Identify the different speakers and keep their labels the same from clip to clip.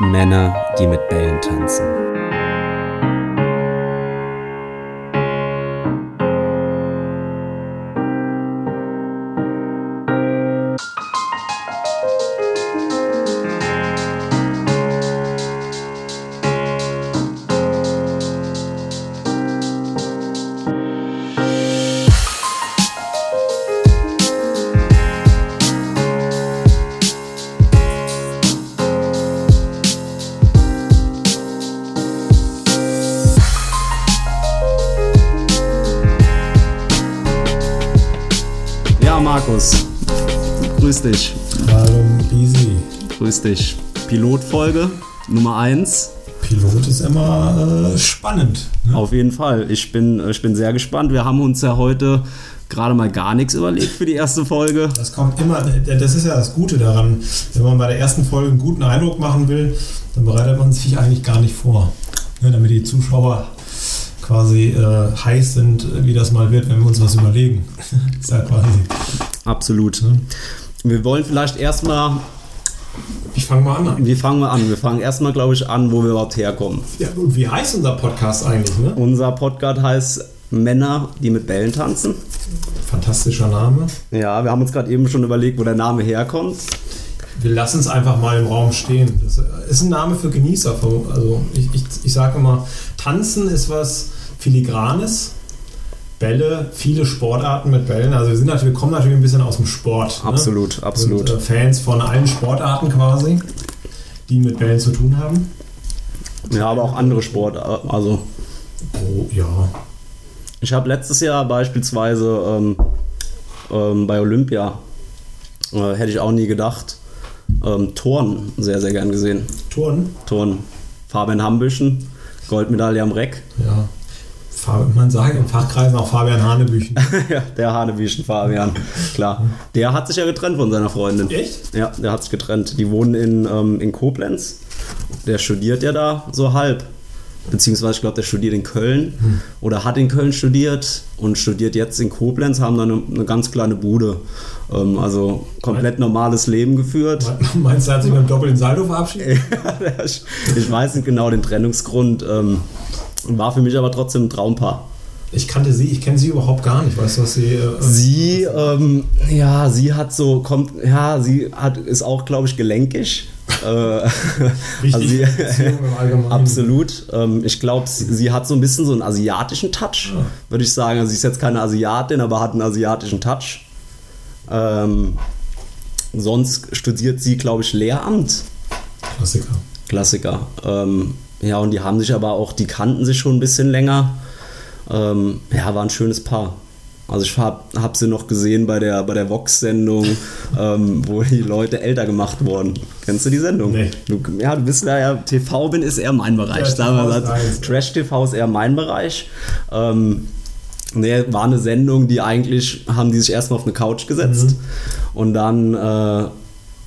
Speaker 1: Männer, die mit Bällen tanzen. Ja, Markus, grüß dich.
Speaker 2: Hallo Easy.
Speaker 1: Grüß dich. Pilotfolge Nummer 1.
Speaker 2: Pilot ist immer äh, spannend. Ne?
Speaker 1: Auf jeden Fall. Ich bin, ich bin sehr gespannt. Wir haben uns ja heute gerade mal gar nichts überlegt für die erste Folge.
Speaker 2: Das kommt immer, äh, das ist ja das Gute daran. Wenn man bei der ersten Folge einen guten Eindruck machen will, dann bereitet man sich eigentlich gar nicht vor. Ne? Damit die Zuschauer quasi äh, heiß sind, wie das mal wird, wenn wir uns was überlegen. ist ja quasi.
Speaker 1: Absolut. Wir wollen vielleicht erstmal,
Speaker 2: Ich fange mal an.
Speaker 1: wie fangen wir an? Wir fangen erstmal, glaube ich, an, wo wir überhaupt herkommen.
Speaker 2: Ja, und wie heißt unser Podcast eigentlich? Ne?
Speaker 1: Unser Podcast heißt Männer, die mit Bällen tanzen.
Speaker 2: Fantastischer Name.
Speaker 1: Ja, wir haben uns gerade eben schon überlegt, wo der Name herkommt.
Speaker 2: Wir lassen es einfach mal im Raum stehen. Das ist ein Name für Genießer. Also ich, ich, ich sage immer, Tanzen ist was Filigranes. Bälle, viele Sportarten mit Bällen. Also wir, sind natürlich, wir kommen natürlich ein bisschen aus dem Sport.
Speaker 1: Absolut,
Speaker 2: Ne? Sind,
Speaker 1: absolut.
Speaker 2: äh, Fans von allen Sportarten quasi, die mit Bällen zu tun haben.
Speaker 1: ja, aber auch andere Sport. Also
Speaker 2: Oh ja.
Speaker 1: Ich habe letztes Jahr beispielsweise ähm, ähm, bei Olympia, äh, hätte ich auch nie gedacht, ähm, Turn sehr, sehr gern gesehen.
Speaker 2: Turnen.
Speaker 1: Turn. Fabian Hambüchen, Goldmedaille am Reck.
Speaker 2: Ja. Fa- Man sagt in Fachkreisen auch Fabian Hanebüchen.
Speaker 1: Ja, der Hanebüchen Fabian, klar. Der hat sich ja getrennt von seiner Freundin.
Speaker 2: Echt?
Speaker 1: Ja, der hat sich getrennt. Die wohnen in, ähm, in Koblenz. Der studiert ja da so halb. Beziehungsweise, ich glaube, der studiert in Köln oder hat in Köln studiert und studiert jetzt in Koblenz, haben da eine, eine ganz kleine Bude. Ähm, also komplett normales Leben geführt.
Speaker 2: Meinst du, er hat sich beim doppelten Saldo verabschiedet?
Speaker 1: ich, ich weiß nicht genau den Trennungsgrund. Ähm, war für mich aber trotzdem ein Traumpaar.
Speaker 2: Ich kannte sie, ich kenne sie überhaupt gar nicht. Weißt du, was sie. äh,
Speaker 1: Sie, ähm, ja, sie hat so, kommt, ja, sie hat, ist auch, glaube ich, gelenkig. Äh, also
Speaker 2: Wichtig
Speaker 1: sie,
Speaker 2: für Beziehungen im Allgemeinen.
Speaker 1: absolut. Ähm, ich glaube, sie, sie hat so ein bisschen so einen asiatischen Touch, würde ich sagen. Also sie ist jetzt keine Asiatin, aber hat einen asiatischen Touch. Ähm, sonst studiert sie, glaube ich, Lehramt.
Speaker 2: Klassiker.
Speaker 1: Klassiker. Ähm, ja, und die haben sich aber auch, die kannten sich schon ein bisschen länger. Ähm, ja, war ein schönes Paar. Also ich habe hab sie noch gesehen bei der, bei der Vox-Sendung, ähm, wo die Leute älter gemacht wurden. Kennst du die Sendung?
Speaker 2: Nee.
Speaker 1: Du, ja, du bist ja, ja TV bin ist eher mein Bereich.
Speaker 2: Ja,
Speaker 1: sagen wir mal.
Speaker 2: TV ist eins.
Speaker 1: Trash-TV ist eher mein Bereich. Ähm, Nee, war eine Sendung, die eigentlich haben die sich erstmal auf eine Couch gesetzt und dann äh,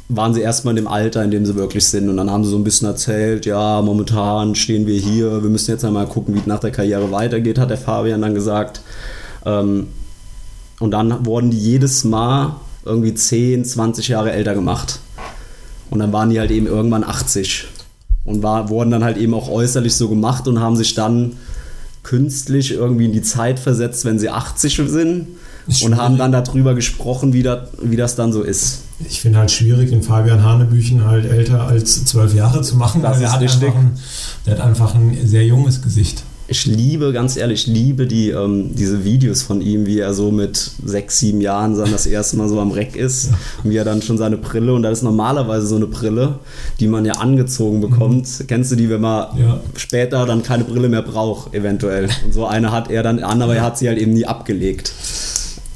Speaker 1: waren sie erstmal in dem Alter, in dem sie wirklich sind. Und dann haben sie so ein bisschen erzählt, ja, momentan stehen wir hier, wir müssen jetzt einmal gucken, wie es nach der Karriere weitergeht, hat der Fabian dann gesagt. Ähm, und dann wurden die jedes Mal irgendwie 10, 20 Jahre älter gemacht. Und dann waren die halt eben irgendwann 80. Und war, wurden dann halt eben auch äußerlich so gemacht und haben sich dann künstlich irgendwie in die Zeit versetzt, wenn sie 80 sind. Und haben dann darüber gesprochen, wie, dat, wie das dann so ist.
Speaker 2: Ich finde halt schwierig, den Fabian Hanebüchen halt älter als zwölf Jahre zu machen.
Speaker 1: Das
Speaker 2: weil der
Speaker 1: ist
Speaker 2: hat
Speaker 1: richtig.
Speaker 2: einfach ein, Der hat einfach ein sehr junges Gesicht.
Speaker 1: Ich liebe, ganz ehrlich, ich liebe die, ähm, diese Videos von ihm, wie er so mit sechs, sieben Jahren dann das erste Mal so am Reck ist und wie er dann schon seine Brille und das ist normalerweise so eine Brille, die man ja angezogen bekommt. Kennst du die, wenn man
Speaker 2: Ja.
Speaker 1: später dann keine Brille mehr braucht, eventuell. Und so eine hat er dann an, aber er hat sie halt eben nie abgelegt.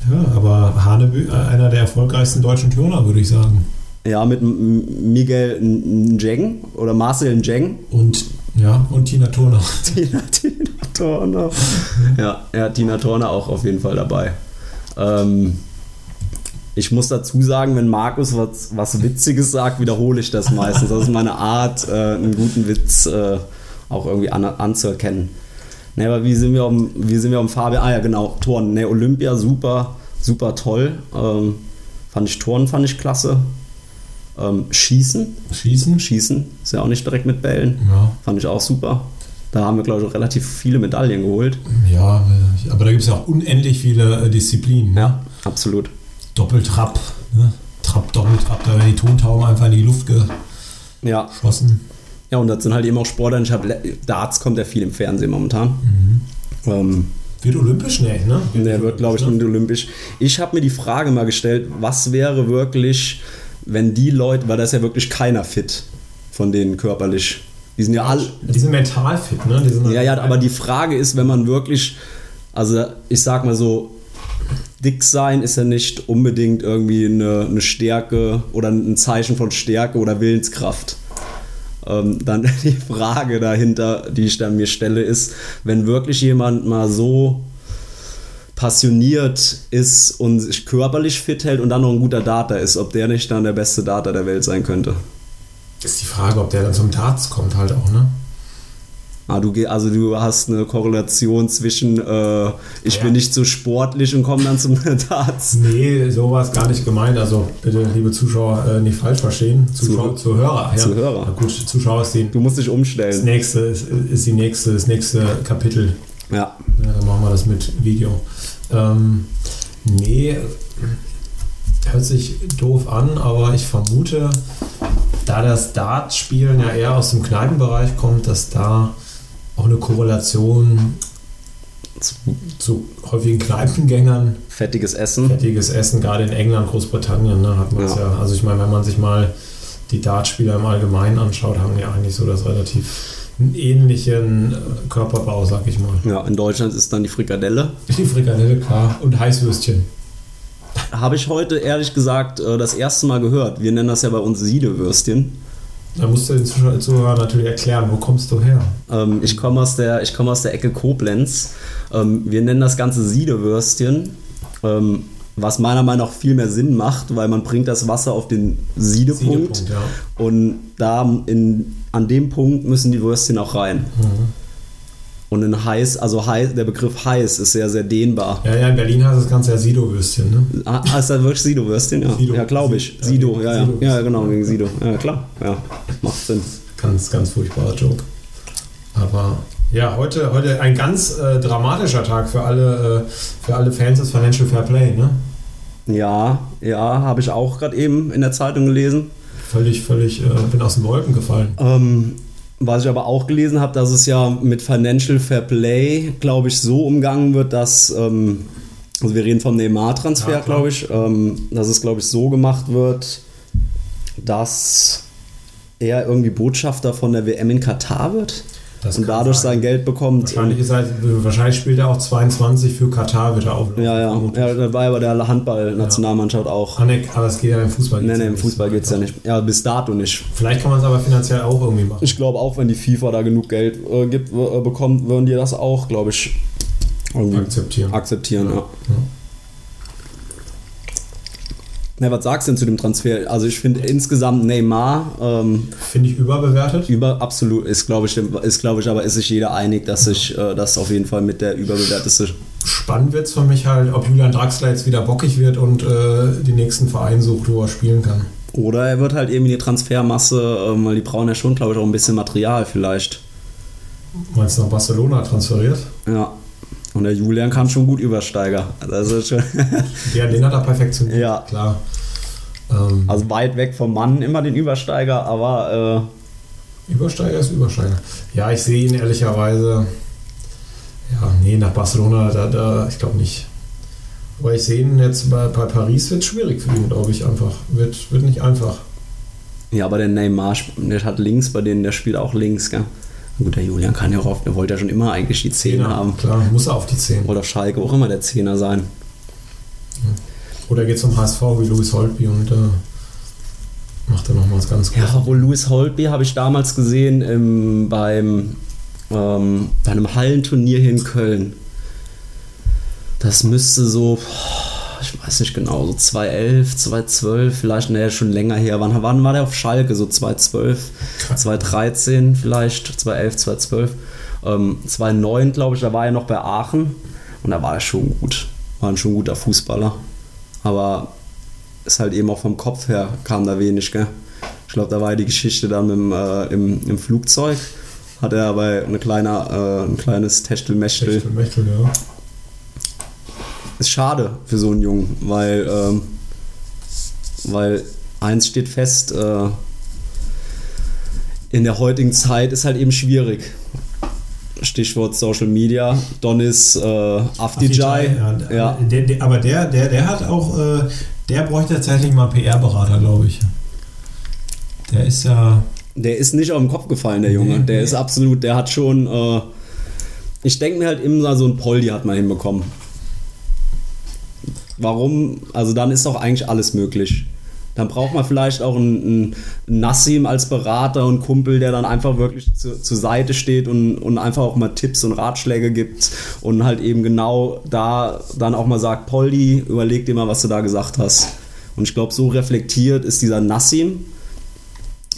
Speaker 2: Ja, aber Hanebü äh, einer der erfolgreichsten deutschen Turner, würde ich sagen.
Speaker 1: Ja, mit M- M- Miguel N- Njeng oder Marcel Njeng.
Speaker 2: Und ja, und Tina Turner.
Speaker 1: Tina, Tina Turner. Ja, ja, Tina Turner auch auf jeden Fall dabei. Ähm, ich muss dazu sagen, wenn Markus was, was Witziges sagt, wiederhole ich das meistens. Das ist meine Art, äh, einen guten Witz äh, auch irgendwie an, anzuerkennen. Ne, aber wie sind wir um, wie sind wir um Farbe? Ah ja, genau, Turn. Ne, Olympia, super, super toll. Ähm, fand ich Turn, fand ich klasse. Ähm, Schießen.
Speaker 2: Schießen?
Speaker 1: Schießen ist ja auch nicht direkt mit Bällen.
Speaker 2: Ja.
Speaker 1: Fand ich auch super. Da haben wir, glaube ich, auch relativ viele Medaillen geholt.
Speaker 2: Ja, äh, aber da gibt es ja auch unendlich viele äh, Disziplinen. ne?
Speaker 1: Ja, absolut.
Speaker 2: Doppeltrapp, ne? Trapp, Doppeltrapp, da werden die Tontauben einfach in die Luft
Speaker 1: Ja,
Speaker 2: geschossen.
Speaker 1: ja und das sind halt eben auch Sportler. Ich hab, le- Darts kommt ja viel im Fernsehen momentan. Ähm,
Speaker 2: Wird olympisch, ne? ne?
Speaker 1: Der wird, glaube ich,
Speaker 2: Ne?
Speaker 1: und olympisch. Ich habe mir die Frage mal gestellt, was wäre wirklich, wenn die Leute, weil da ist ja wirklich keiner fit von denen körperlich. Die sind ja alle.
Speaker 2: Die sind mental fit, ne? Die sind
Speaker 1: Ja, ja, aber die Frage ist, wenn man wirklich, also ich sag mal so, dick sein ist ja nicht unbedingt irgendwie eine, eine Stärke oder ein Zeichen von Stärke oder Willenskraft. Ähm, dann die Frage dahinter, die ich dann mir stelle, ist, wenn wirklich jemand mal so passioniert ist und sich körperlich fit hält und dann noch ein guter Data ist, ob der nicht dann der beste Data der Welt sein könnte.
Speaker 2: Ist die Frage, ob der dann zum Darts kommt halt auch, ne?
Speaker 1: Ah, du, geh- also du hast eine Korrelation zwischen äh, ich
Speaker 2: Ja.
Speaker 1: bin nicht so sportlich und komme dann zum Darts.
Speaker 2: Nee, so war es gar nicht gemeint. Also bitte, liebe Zuschauer, äh, nicht falsch verstehen. Zuschauer, Zuhörer. Ja.
Speaker 1: Zuhörer.
Speaker 2: Na gut, Zuschauer ist, die,
Speaker 1: Du musst dich
Speaker 2: das,
Speaker 1: umstellen.
Speaker 2: nächste, ist, ist die nächste, das nächste Kapitel.
Speaker 1: Ja.
Speaker 2: Ja, dann machen wir das mit Video. Ähm, nee, hört sich doof an, aber ich vermute, da das Dartspielen ja eher aus dem Kneipenbereich kommt, dass da auch eine Korrelation
Speaker 1: Zu
Speaker 2: zu häufigen Kneipengängern
Speaker 1: Fettiges Essen.
Speaker 2: fettiges Essen, gerade in England, Großbritannien, ne, hat man es
Speaker 1: Ja.
Speaker 2: ja. Also ich meine, wenn man sich mal die Dartspieler im Allgemeinen anschaut, haben die eigentlich so das relativ einen ähnlichen äh, Körperbau, sag ich mal.
Speaker 1: Ja, in Deutschland ist dann die Frikadelle.
Speaker 2: Die Frikadelle, klar. Und Heißwürstchen.
Speaker 1: Habe ich heute ehrlich gesagt äh, das erste Mal gehört. Wir nennen das ja bei uns Siedewürstchen.
Speaker 2: Da musst du den Zuschau- Zuhörern natürlich erklären, wo kommst du her?
Speaker 1: Ähm, ich komme aus, der- ich komme aus der Ecke Koblenz. Ähm, wir nennen das Ganze Siedewürstchen. Ähm, was meiner Meinung nach viel mehr Sinn macht, weil man bringt das Wasser auf den Siedepunkt.
Speaker 2: Siedepunkt, ja.
Speaker 1: Und da in, an dem Punkt müssen die Würstchen auch rein.
Speaker 2: Mhm.
Speaker 1: Und in heiß, also heiß, der Begriff heiß ist sehr, sehr dehnbar.
Speaker 2: Ja, ja, in Berlin heißt das Ganze ja Sido-Würstchen, ne?
Speaker 1: Ah, ah, ist das wirklich Sido-Würstchen? Ja,
Speaker 2: Sido.
Speaker 1: ja glaube ich.
Speaker 2: Sido.
Speaker 1: Sido, ja, ja.
Speaker 2: Sido.
Speaker 1: Ja, genau, wegen Sido. Ja, klar. Ja, macht Sinn.
Speaker 2: Ganz, ganz furchtbarer Joke. Aber ja, heute, heute ein ganz äh, dramatischer Tag für alle, äh, für alle Fans des Financial Fair Play, ne?
Speaker 1: Ja, ja, habe ich auch gerade eben in der Zeitung gelesen.
Speaker 2: Völlig, völlig, äh, bin aus den Wolken gefallen.
Speaker 1: Ähm, was ich aber auch gelesen habe, dass es ja mit Financial Fair Play, glaube ich, so umgangen wird, dass, ähm, also wir reden vom Neymar-Transfer,
Speaker 2: Ja, klar.
Speaker 1: glaube ich, ähm, dass es, glaube ich, so gemacht wird, dass er irgendwie Botschafter von der WM in Katar wird
Speaker 2: Das
Speaker 1: und
Speaker 2: kann
Speaker 1: dadurch
Speaker 2: sein.
Speaker 1: sein Geld bekommt.
Speaker 2: Wahrscheinlich, ist er, wahrscheinlich spielt er auch 22 für Katar wieder auf.
Speaker 1: ja, ja, ja, da war ja bei der Handball-Nationalmannschaft auch.
Speaker 2: Hanek, aber es geht ja im Fußball.
Speaker 1: Nee,
Speaker 2: geht's
Speaker 1: nee,
Speaker 2: ja
Speaker 1: im
Speaker 2: nicht.
Speaker 1: Fußball geht es ja nicht. Ja, bis dato nicht.
Speaker 2: Vielleicht kann man es aber finanziell auch irgendwie machen.
Speaker 1: Ich glaube auch, wenn die FIFA da genug Geld äh, gibt, w- äh, bekommt, würden die das auch, glaube ich, irgendwie
Speaker 2: Akzeptieren.
Speaker 1: akzeptieren. Ja. Na, was sagst du denn zu dem Transfer? Also ich finde insgesamt Neymar ähm,
Speaker 2: Finde ich überbewertet.
Speaker 1: über absolut ist, glaube ich, ist glaube ich, aber ist sich jeder einig, dass sich äh, das auf jeden Fall mit der überbewerteste.
Speaker 2: Spannend wird es für mich halt, ob Julian Draxler jetzt wieder bockig wird und äh, den nächsten Verein sucht, wo er spielen kann.
Speaker 1: Oder er wird halt eben in die Transfermasse, ähm, weil die brauchen ja schon, glaube ich, auch ein bisschen Material vielleicht.
Speaker 2: Meinst du nach Barcelona transferiert?
Speaker 1: Ja. Und der Julian kann schon gut Übersteiger. Das ist schon
Speaker 2: Ja, den hat er perfektioniert.
Speaker 1: Ja.
Speaker 2: Klar. Ähm,
Speaker 1: also weit weg vom Mann immer den Übersteiger, aber
Speaker 2: Übersteiger ist Übersteiger. Ja, ich sehe ihn ehrlicherweise. Ja, nee, nach Barcelona, da, da ich glaube nicht. Aber ich sehe ihn jetzt bei, bei Paris, wird schwierig für ihn, glaube ich, einfach. Wird, wird nicht einfach.
Speaker 1: äh, ja, aber der Neymar, sp- der hat links bei denen, der spielt auch links, gell? Gut, der Julian kann ja auch, auf- der wollte ja schon immer eigentlich die
Speaker 2: Genau.
Speaker 1: Zehner haben.
Speaker 2: Klar, muss er auf die 10.
Speaker 1: Wollte auf Schalke auch immer der Zehner sein.
Speaker 2: Oder um geht zum HSV wie Louis Holtby und äh, macht er nochmals ganz gut.
Speaker 1: Ja, obwohl Louis Holtby habe ich damals gesehen im, beim, ähm, bei einem Hallenturnier hier in Köln. Das müsste so, boah, ich weiß nicht genau, so 2011, 2012, vielleicht, naja, schon länger her. Wann, wann war der auf Schalke? So 2012, 2013 vielleicht, 2011, 2012. Ähm, 2009, glaube ich, da war er noch bei Aachen und da war er schon gut. War ein schon guter Fußballer. Aber ist halt eben auch vom Kopf her kam da wenig, gell? Ich glaube, da war ja die Geschichte dann im, äh, im, im Flugzeug. Hat er aber eine kleine, äh, ein kleines Techtelmechtel.
Speaker 2: Mechtel, ja.
Speaker 1: Ist schade für so einen Jungen, weil, ähm, weil eins steht fest, äh, in der heutigen Zeit ist halt eben schwierig. Stichwort Social Media, Donis äh, Afdijai.
Speaker 2: Afidjai, ja. Äh, Der, der, aber der, der, der hat auch, äh, der bräuchte tatsächlich mal einen PR-Berater, glaube ich. Der ist ja.
Speaker 1: Der ist nicht auf den Kopf gefallen, der Junge.
Speaker 2: Nee,
Speaker 1: der
Speaker 2: nee.
Speaker 1: ist absolut, der hat schon. Äh, ich denke mir halt immer, so ein Poldi hat man hinbekommen. Warum? Also dann ist doch eigentlich alles möglich. Dann braucht man vielleicht auch einen, einen Nassim als Berater und Kumpel, der dann einfach wirklich zu, zur Seite steht und, und einfach auch mal Tipps und Ratschläge gibt und halt eben genau da dann auch mal sagt, Poldi, überleg dir mal, was du da gesagt hast. Und ich glaube, so reflektiert ist dieser Nassim,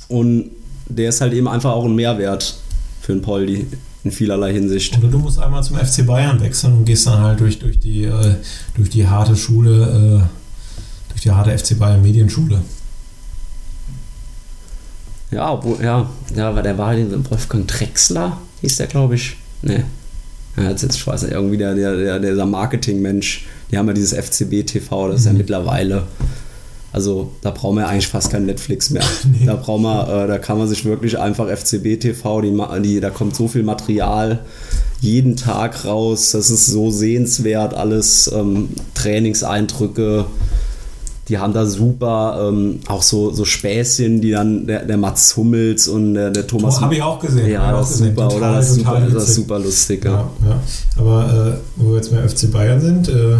Speaker 1: und der ist halt eben einfach auch ein Mehrwert für einen Poldi in vielerlei Hinsicht.
Speaker 2: Oder du musst einmal zum FC Bayern wechseln und gehst dann halt durch, durch, die, äh, durch die harte Schule, äh, durch die harte FC Bayern Medienschule.
Speaker 1: Ja, obwohl, ja, ja, aber der war halt in Wolfgang Drexler, hieß der, glaube ich. Nee. Ja, jetzt, jetzt, ich weiß nicht, irgendwie der, der, der, dieser Marketingmensch. Die haben ja dieses FCB TV, das ist
Speaker 2: Mhm.
Speaker 1: ja mittlerweile. Also da brauchen wir eigentlich fast kein Netflix mehr.
Speaker 2: Nee.
Speaker 1: Da braucht man, äh, da kann man sich wirklich einfach FCB TV, die, ma- die, da kommt so viel Material jeden Tag raus. Das ist so sehenswert, alles ähm, Trainingseindrücke. Die haben da super ähm, auch so, so Späßchen, die dann der, der Mats Hummels und der, der Thomas.
Speaker 2: Oh, Habe ich auch gesehen.
Speaker 1: ja,
Speaker 2: hab ich auch
Speaker 1: das ist
Speaker 2: gesehen.
Speaker 1: super,
Speaker 2: Total,
Speaker 1: oder? Das ist super,
Speaker 2: total
Speaker 1: das ist
Speaker 2: witzig.
Speaker 1: super lustig, ja.
Speaker 2: Ja, ja. Aber äh, wo wir jetzt beim FC Bayern sind, äh,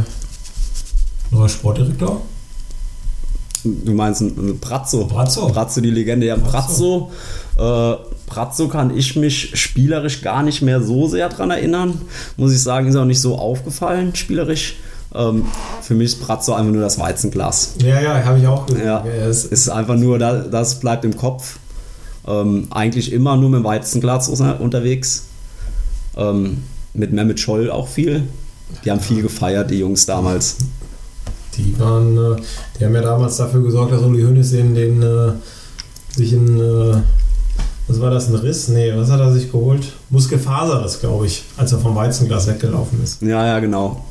Speaker 2: neuer Sportdirektor.
Speaker 1: Du meinst ein- ein Brazzo.
Speaker 2: Brazzo.
Speaker 1: Brazzo, die Legende. Ja,
Speaker 2: Brazzo.
Speaker 1: Brazzo. Äh, Brazzo kann ich mich spielerisch gar nicht mehr so sehr dran erinnern. Muss ich sagen, ist auch nicht so aufgefallen, spielerisch. Ähm, für mich ist Brazzo einfach nur das Weizenglas.
Speaker 2: Ja, ja, habe ich auch gesehen.
Speaker 1: Ja,
Speaker 2: Ja, es ist
Speaker 1: ist einfach nur, da- das bleibt im Kopf. Ähm, eigentlich immer nur mit dem Weizenglas unter- unterwegs. Ähm, mit Mehmet Scholl auch viel. Die haben viel gefeiert, die Jungs damals.
Speaker 2: Die waren, äh, die haben ja damals dafür gesorgt, dass Uli Hoeneß den, den äh, sich in, äh, was war das, ein Riss? Nee, was hat er sich geholt? Muskelfaserriss, glaube ich, als er vom Weizenglas weggelaufen ist.
Speaker 1: Ja, ja, genau.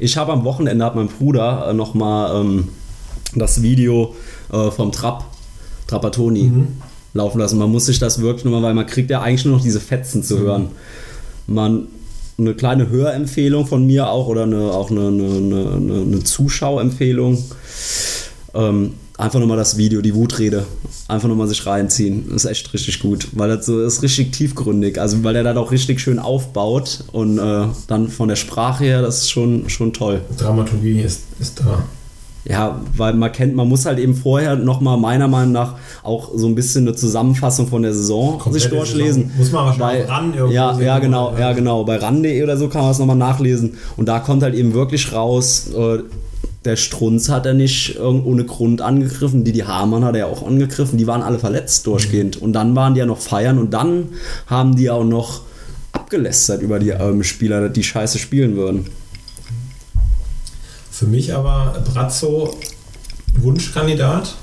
Speaker 1: Ich habe am Wochenende, hat mein Bruder äh, nochmal ähm, das Video äh, vom Trapp, Trappatoni laufen lassen. Man muss sich das wirklich nochmal, weil man kriegt ja eigentlich nur noch diese Fetzen zu hören. Man, eine kleine Hörempfehlung von mir auch oder eine, auch eine, eine, eine, eine- eine Zuschauempfehlung. Ähm, einfach nochmal das Video, die Wutrede. Einfach nochmal sich reinziehen. Das ist echt richtig gut, weil das so das ist richtig tiefgründig. Also, weil er da auch richtig schön aufbaut und äh, dann von der Sprache her, das ist schon, schon toll.
Speaker 2: Dramaturgie ist, ist da.
Speaker 1: Ja, weil man kennt, man muss halt eben vorher nochmal meiner Meinung nach auch so ein bisschen eine Zusammenfassung von der Saison sich
Speaker 2: Komplette
Speaker 1: durchlesen.
Speaker 2: Saison. Muss man wahrscheinlich
Speaker 1: Bei-
Speaker 2: ran irgendwo
Speaker 1: ja,
Speaker 2: sehen, halt
Speaker 1: ja, genau,
Speaker 2: oder?
Speaker 1: ja, genau. Bei ran.de oder so kann man es nochmal nachlesen. Und da kommt halt eben wirklich raus, äh, der Strunz hat er nicht irgend- ohne Grund angegriffen. Die, die Hamann hat er ja auch angegriffen. Die waren alle verletzt durchgehend.
Speaker 2: Mhm.
Speaker 1: Und dann waren die ja noch feiern und dann haben die ja auch noch abgelästert über die ähm, Spieler, die scheiße spielen würden.
Speaker 2: Für mich aber Brazzo Wunschkandidat.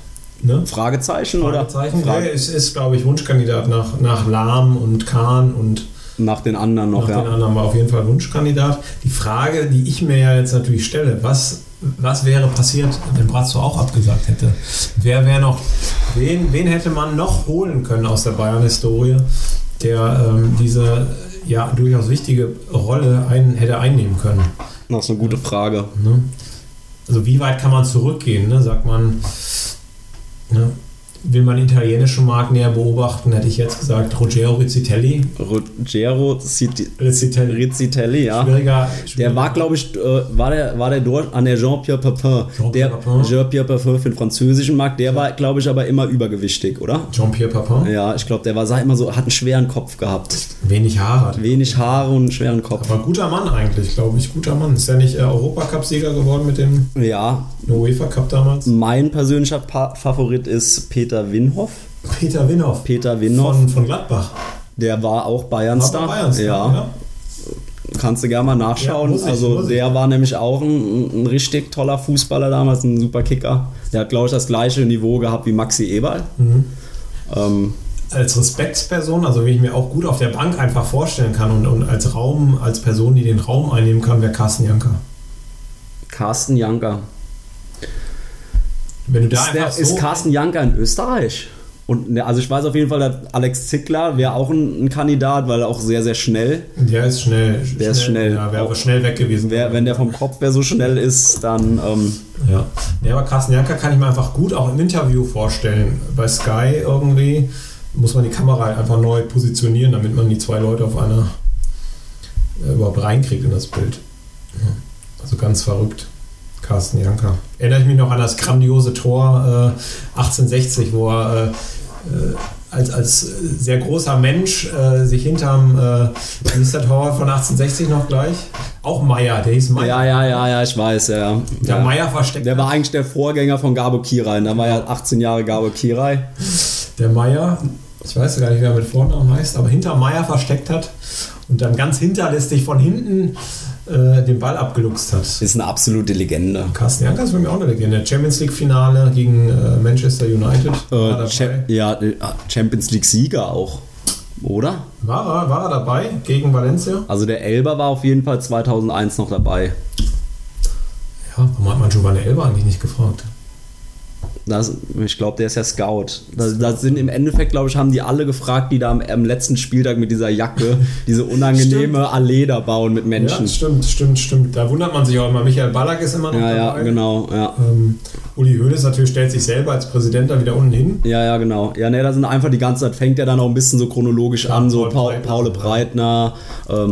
Speaker 2: Ne?
Speaker 1: Fragezeichen,
Speaker 2: Fragezeichen.
Speaker 1: oder? Frage-
Speaker 2: Ja, es ist, glaube ich, Wunschkandidat nach, nach Lahm und Kahn und
Speaker 1: Nach den anderen noch,
Speaker 2: nach
Speaker 1: ja.
Speaker 2: den anderen war auf jeden Fall Wunschkandidat. Die Frage, die ich mir ja jetzt natürlich stelle, was, was wäre passiert, wenn Brazzo auch abgesagt hätte? Wer wäre noch, wen, wen hätte man noch holen können aus der Bayern-Historie, der ähm, diese ja durchaus wichtige Rolle ein, hätte einnehmen können?
Speaker 1: Das ist eine gute Frage.
Speaker 2: Ne? Also wie weit kann man zurückgehen? Ne? Sagt man, ne? will man italienische Marken näher beobachten, hätte ich jetzt gesagt, Ruggero Rizzitelli.
Speaker 1: Ruggero Citi-
Speaker 2: Rizzitelli.
Speaker 1: Rizzitelli, ja.
Speaker 2: Schwieriger,
Speaker 1: Der
Speaker 2: schwieriger-
Speaker 1: war, glaube ich, äh, war der, war der dort an der Jean-Pierre Papin.
Speaker 2: Jean-Pierre
Speaker 1: Der
Speaker 2: Papin.
Speaker 1: Jean-Pierre Papin für den französischen Markt, der war, glaube ich, aber immer übergewichtig, oder?
Speaker 2: Jean-Pierre Papin.
Speaker 1: Ja, ich glaube, der war, sag ich mal so, hat einen schweren Kopf gehabt.
Speaker 2: Wenig Haare. hat.
Speaker 1: Wenig Haare und einen schweren Kopf.
Speaker 2: Aber guter Mann eigentlich, glaube ich. Guter Mann. Ist ja nicht äh, Europacup-Sieger geworden mit dem
Speaker 1: Ja,
Speaker 2: UEFA Cup damals.
Speaker 1: mein persönlicher pa Favorit ist Peter Winhoff.
Speaker 2: Peter Winhoff.
Speaker 1: Peter Winhoff,
Speaker 2: Von, von Gladbach.
Speaker 1: der war auch
Speaker 2: Aber ne?
Speaker 1: Bayern-Star.
Speaker 2: Bayerns.
Speaker 1: ja. Kannst du gerne mal nachschauen.
Speaker 2: Ja, muss ich,
Speaker 1: also
Speaker 2: muss ich.
Speaker 1: der war nämlich auch ein, ein richtig toller Fußballer damals, ein super Kicker. Der hat, glaube ich, das gleiche Niveau gehabt wie Maxi Eberl.
Speaker 2: Mhm.
Speaker 1: Ähm,
Speaker 2: als Respektsperson, also wen ich mir auch gut auf der Bank einfach vorstellen kann und, und als Raum, als Person, die den Raum einnehmen kann, wäre Carsten Janka.
Speaker 1: Carsten Janker.
Speaker 2: Wenn du da
Speaker 1: ist, der,
Speaker 2: einfach so
Speaker 1: ist Carsten Janker in Österreich? Und ne, also ich weiß auf jeden Fall, dass Alex Zickler wäre auch ein, ein Kandidat, weil er auch sehr, sehr schnell.
Speaker 2: Der ist schnell.
Speaker 1: Der ist schnell.
Speaker 2: Ja, wäre aber schnell weg gewesen.
Speaker 1: Wer, wenn der vom Kopf wer so schnell ist, dann ähm,
Speaker 2: ja. Nee, aber Carsten Janka kann ich mir einfach gut auch im Interview vorstellen. Bei Sky irgendwie muss man die Kamera halt einfach neu positionieren, damit man die zwei Leute auf einer äh, überhaupt reinkriegt in das Bild. Ja. Also ganz verrückt. Carsten Janka. Erinnere ich mich noch an das grandiose Tor äh, 1860, wo er äh, äh, als, als sehr großer Mensch äh, sich hinterm äh, Mr. Torwart von 1860 noch gleich. Auch Meier, der hieß Meier.
Speaker 1: Ja, ja, ja, ja, ich weiß, ja, ja.
Speaker 2: Der
Speaker 1: ja.
Speaker 2: Meier versteckt.
Speaker 1: Der war eigentlich der Vorgänger von Gabo Kirai. Da war ja 18 Jahre Gabo Kirai.
Speaker 2: der Meier, ich weiß gar nicht, wer mit Vornamen heißt, aber hinter Meier versteckt hat und dann ganz hinterlistig von hinten äh, den Ball abgeluchst hat.
Speaker 1: Ist eine absolute Legende.
Speaker 2: Carsten Janka ist für mich auch eine Legende. Champions League Finale gegen äh, Manchester United.
Speaker 1: Äh,
Speaker 2: war,
Speaker 1: Cha-
Speaker 2: dabei.
Speaker 1: ja, äh, Champions League Sieger auch. Oder?
Speaker 2: War, er, war er dabei gegen Valencia?
Speaker 1: Also der Elber war auf jeden Fall 2001 noch dabei.
Speaker 2: Ja, warum hat man Giovanni Elba eigentlich nicht gefragt?
Speaker 1: Das, ich glaube, der ist ja Scout. Da, da sind im Endeffekt, glaube ich, haben die alle gefragt, die da am, am letzten Spieltag mit dieser Jacke diese unangenehme Allee da bauen mit Menschen.
Speaker 2: Ja, stimmt, stimmt, stimmt. Da wundert man sich auch immer. Michael Ballack ist immer noch
Speaker 1: Ja, ja,
Speaker 2: dabei.
Speaker 1: genau. Ja.
Speaker 2: Ähm, Uli Hoeneß natürlich stellt sich selber als Präsident da wieder unten hin.
Speaker 1: Ja, ja, genau. Ja, ne, da sind einfach die ganze Zeit, fängt er dann auch ein bisschen so chronologisch an, so
Speaker 2: Paul
Speaker 1: Paul, Paul
Speaker 2: Breitner.
Speaker 1: Breitner,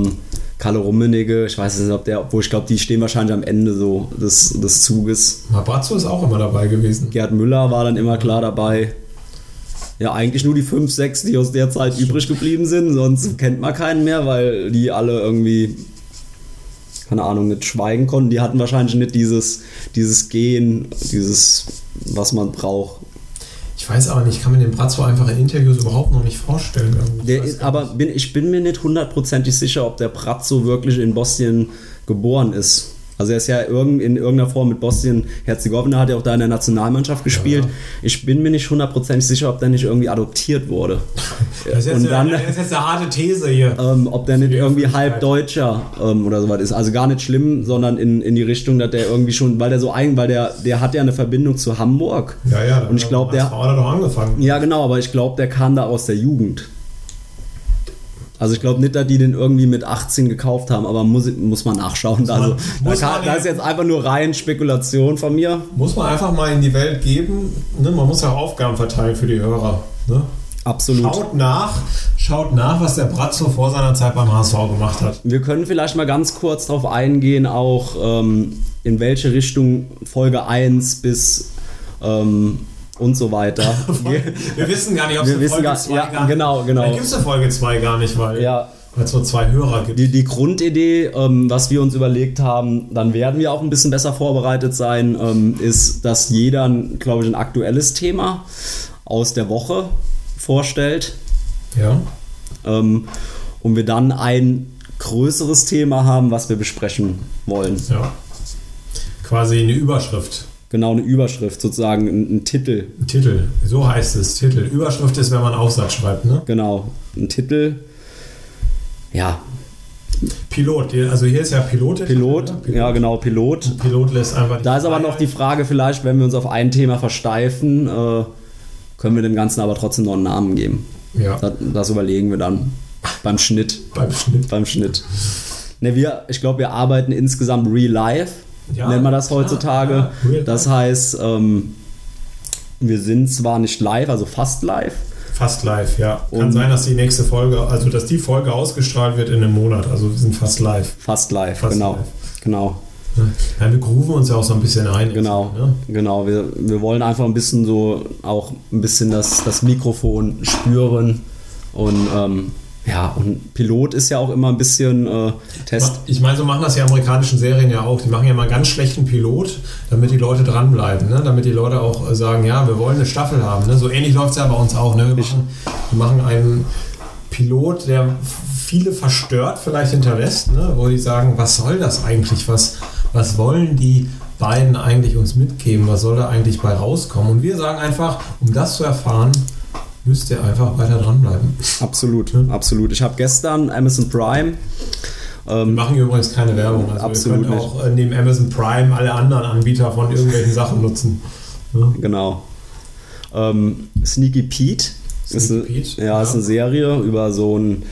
Speaker 1: ähm, Kalle Rummenigge, ich weiß nicht, ob der, obwohl ich glaube, die stehen wahrscheinlich am Ende so des, des Zuges.
Speaker 2: Mabrazzo ist auch immer dabei gewesen.
Speaker 1: Gerd Müller war dann immer klar dabei. Ja, eigentlich nur die 5, 6, die aus der Zeit übrig geblieben sind, sonst kennt man keinen mehr, weil die alle irgendwie, keine Ahnung, nicht schweigen konnten. Die hatten wahrscheinlich nicht dieses, dieses Gen, dieses, was man braucht,
Speaker 2: Ich weiß aber nicht, ich kann mir den Brazzo einfach in Interviews überhaupt noch nicht vorstellen. Ich
Speaker 1: Der
Speaker 2: weiß
Speaker 1: ist,
Speaker 2: gar
Speaker 1: aber bin, ich bin mir nicht hundertprozentig sicher, ob der Pratzo wirklich in Bosnien geboren ist. Also er ist ja irgend, in irgendeiner Form mit Bosnien-Herzegowina, hat ja auch da in der Nationalmannschaft gespielt.
Speaker 2: Ja.
Speaker 1: Ich bin mir nicht hundertprozentig sicher, ob der nicht irgendwie adoptiert wurde.
Speaker 2: nicht. das ist, jetzt
Speaker 1: und dann-
Speaker 2: eine, das ist jetzt eine harte These hier.
Speaker 1: Ähm, ob der nicht
Speaker 2: die
Speaker 1: irgendwie
Speaker 2: Öffentlichkeit.
Speaker 1: halb Deutscher ähm, oder sowas ist. Also gar nicht schlimm, sondern in, in die Richtung, dass der irgendwie schon, weil der so eigen, weil der, der hat ja eine Verbindung zu Hamburg.
Speaker 2: Ja, ja.
Speaker 1: Und ich glaube, der,
Speaker 2: Hat er doch angefangen.
Speaker 1: Ja, genau, aber ich glaube, der kam da aus der Jugend. Also ich glaube nicht, dass die den irgendwie mit 18 gekauft haben, aber muss, muss man nachschauen.
Speaker 2: man-
Speaker 1: also,
Speaker 2: muss
Speaker 1: da,
Speaker 2: man
Speaker 1: kann, da ist
Speaker 2: ja-
Speaker 1: jetzt einfach nur rein Spekulation von mir.
Speaker 2: Muss man einfach mal in die Welt geben. Ne? Man muss ja auch Aufgaben verteilen für die Hörer. Ne?
Speaker 1: Absolut.
Speaker 2: Schaut nach, schaut nach, was der Brazzo vor seiner Zeit beim HSV gemacht hat.
Speaker 1: Wir können vielleicht mal ganz kurz darauf eingehen, auch ähm, in welche Richtung Folge 1 bis ähm, und so weiter.
Speaker 2: Wir wissen gar nicht, ob es
Speaker 1: Wir
Speaker 2: eine
Speaker 1: wissen
Speaker 2: Folge
Speaker 1: gar-
Speaker 2: 2
Speaker 1: ja, genau, genau.
Speaker 2: Dann gibt es eine Folge 2 gar nicht, weil
Speaker 1: Ja.
Speaker 2: weil es nur zwei Hörer gibt.
Speaker 1: Die, die Grundidee, ähm, was wir uns überlegt haben, dann werden wir auch ein bisschen besser vorbereitet sein, ähm, ist, dass jeder, glaube ich, ein aktuelles Thema aus der Woche vorstellt
Speaker 2: Ja.
Speaker 1: ähm, und wir dann ein größeres Thema haben, was wir besprechen wollen.
Speaker 2: ja. Quasi eine Überschrift.
Speaker 1: Genau eine Überschrift, sozusagen ein, ein Titel.
Speaker 2: Titel, so heißt es. Titel. Überschrift ist, wenn man einen Aufsatz schreibt, ne?
Speaker 1: Genau, ein Titel. Ja,
Speaker 2: Pilot, die- also hier ist ja Pilot.
Speaker 1: Pilot.
Speaker 2: Ne? Pilot.
Speaker 1: Ja, genau, Pilot.
Speaker 2: Pilot lässt einfach.
Speaker 1: Da ist aber noch die Frage, vielleicht, wenn wir uns auf ein Thema versteifen, äh, können wir dem Ganzen aber trotzdem noch einen Namen geben.
Speaker 2: Ja,
Speaker 1: Das, das überlegen wir dann beim Schnitt.
Speaker 2: beim Schnitt.
Speaker 1: Beim Schnitt. Ne, wir, ich glaube, wir arbeiten insgesamt real life,
Speaker 2: Ja,
Speaker 1: nennt man das
Speaker 2: klar,
Speaker 1: heutzutage.
Speaker 2: ja, real
Speaker 1: das heißt, ähm, wir sind zwar nicht live, also fast live,
Speaker 2: Fast live, ja. Kann
Speaker 1: Und-
Speaker 2: sein, dass die nächste Folge, also dass die Folge ausgestrahlt wird in einem Monat. Also wir sind fast live.
Speaker 1: fast live,
Speaker 2: Fast
Speaker 1: genau.
Speaker 2: live.
Speaker 1: Genau.
Speaker 2: ne? Ja, wir grooven uns ja auch so ein bisschen ein. jetzt,
Speaker 1: Genau,
Speaker 2: Ne?
Speaker 1: genau. Wir, wir wollen einfach ein bisschen so auch ein bisschen das, das Mikrofon spüren. Und ähm, ja, und Pilot ist ja auch immer ein bisschen äh, Test.
Speaker 2: Ich meine, so machen das ja amerikanischen Serien ja auch. Die machen ja mal einen ganz schlechten Pilot, damit die Leute dranbleiben, ne? damit die Leute auch äh, sagen, ja, wir wollen eine Staffel haben. Ne? So ähnlich läuft es ja bei uns auch. Ne? Wir, machen, wir machen einen Pilot, der viele verstört vielleicht hinterlässt, ne? wo die sagen, was soll das eigentlich? Was, was wollen die beiden eigentlich uns mitgeben? Was soll da eigentlich bei rauskommen? Und wir sagen einfach, um das zu erfahren, müsst ihr einfach weiter dranbleiben.
Speaker 1: Absolut,
Speaker 2: Ja.
Speaker 1: absolut. Ich habe gestern Amazon Prime.
Speaker 2: Wir
Speaker 1: Ähm,
Speaker 2: machen hier übrigens keine Werbung. Also
Speaker 1: Absolut
Speaker 2: wir können auch äh, neben Amazon Prime alle anderen Anbieter von irgendwelchen Sachen nutzen. Ne?
Speaker 1: genau. Ähm, Sneaky Pete. ist eine,
Speaker 2: Sneaky Pete,
Speaker 1: Ja, ist
Speaker 2: ja.
Speaker 1: eine Serie über so einen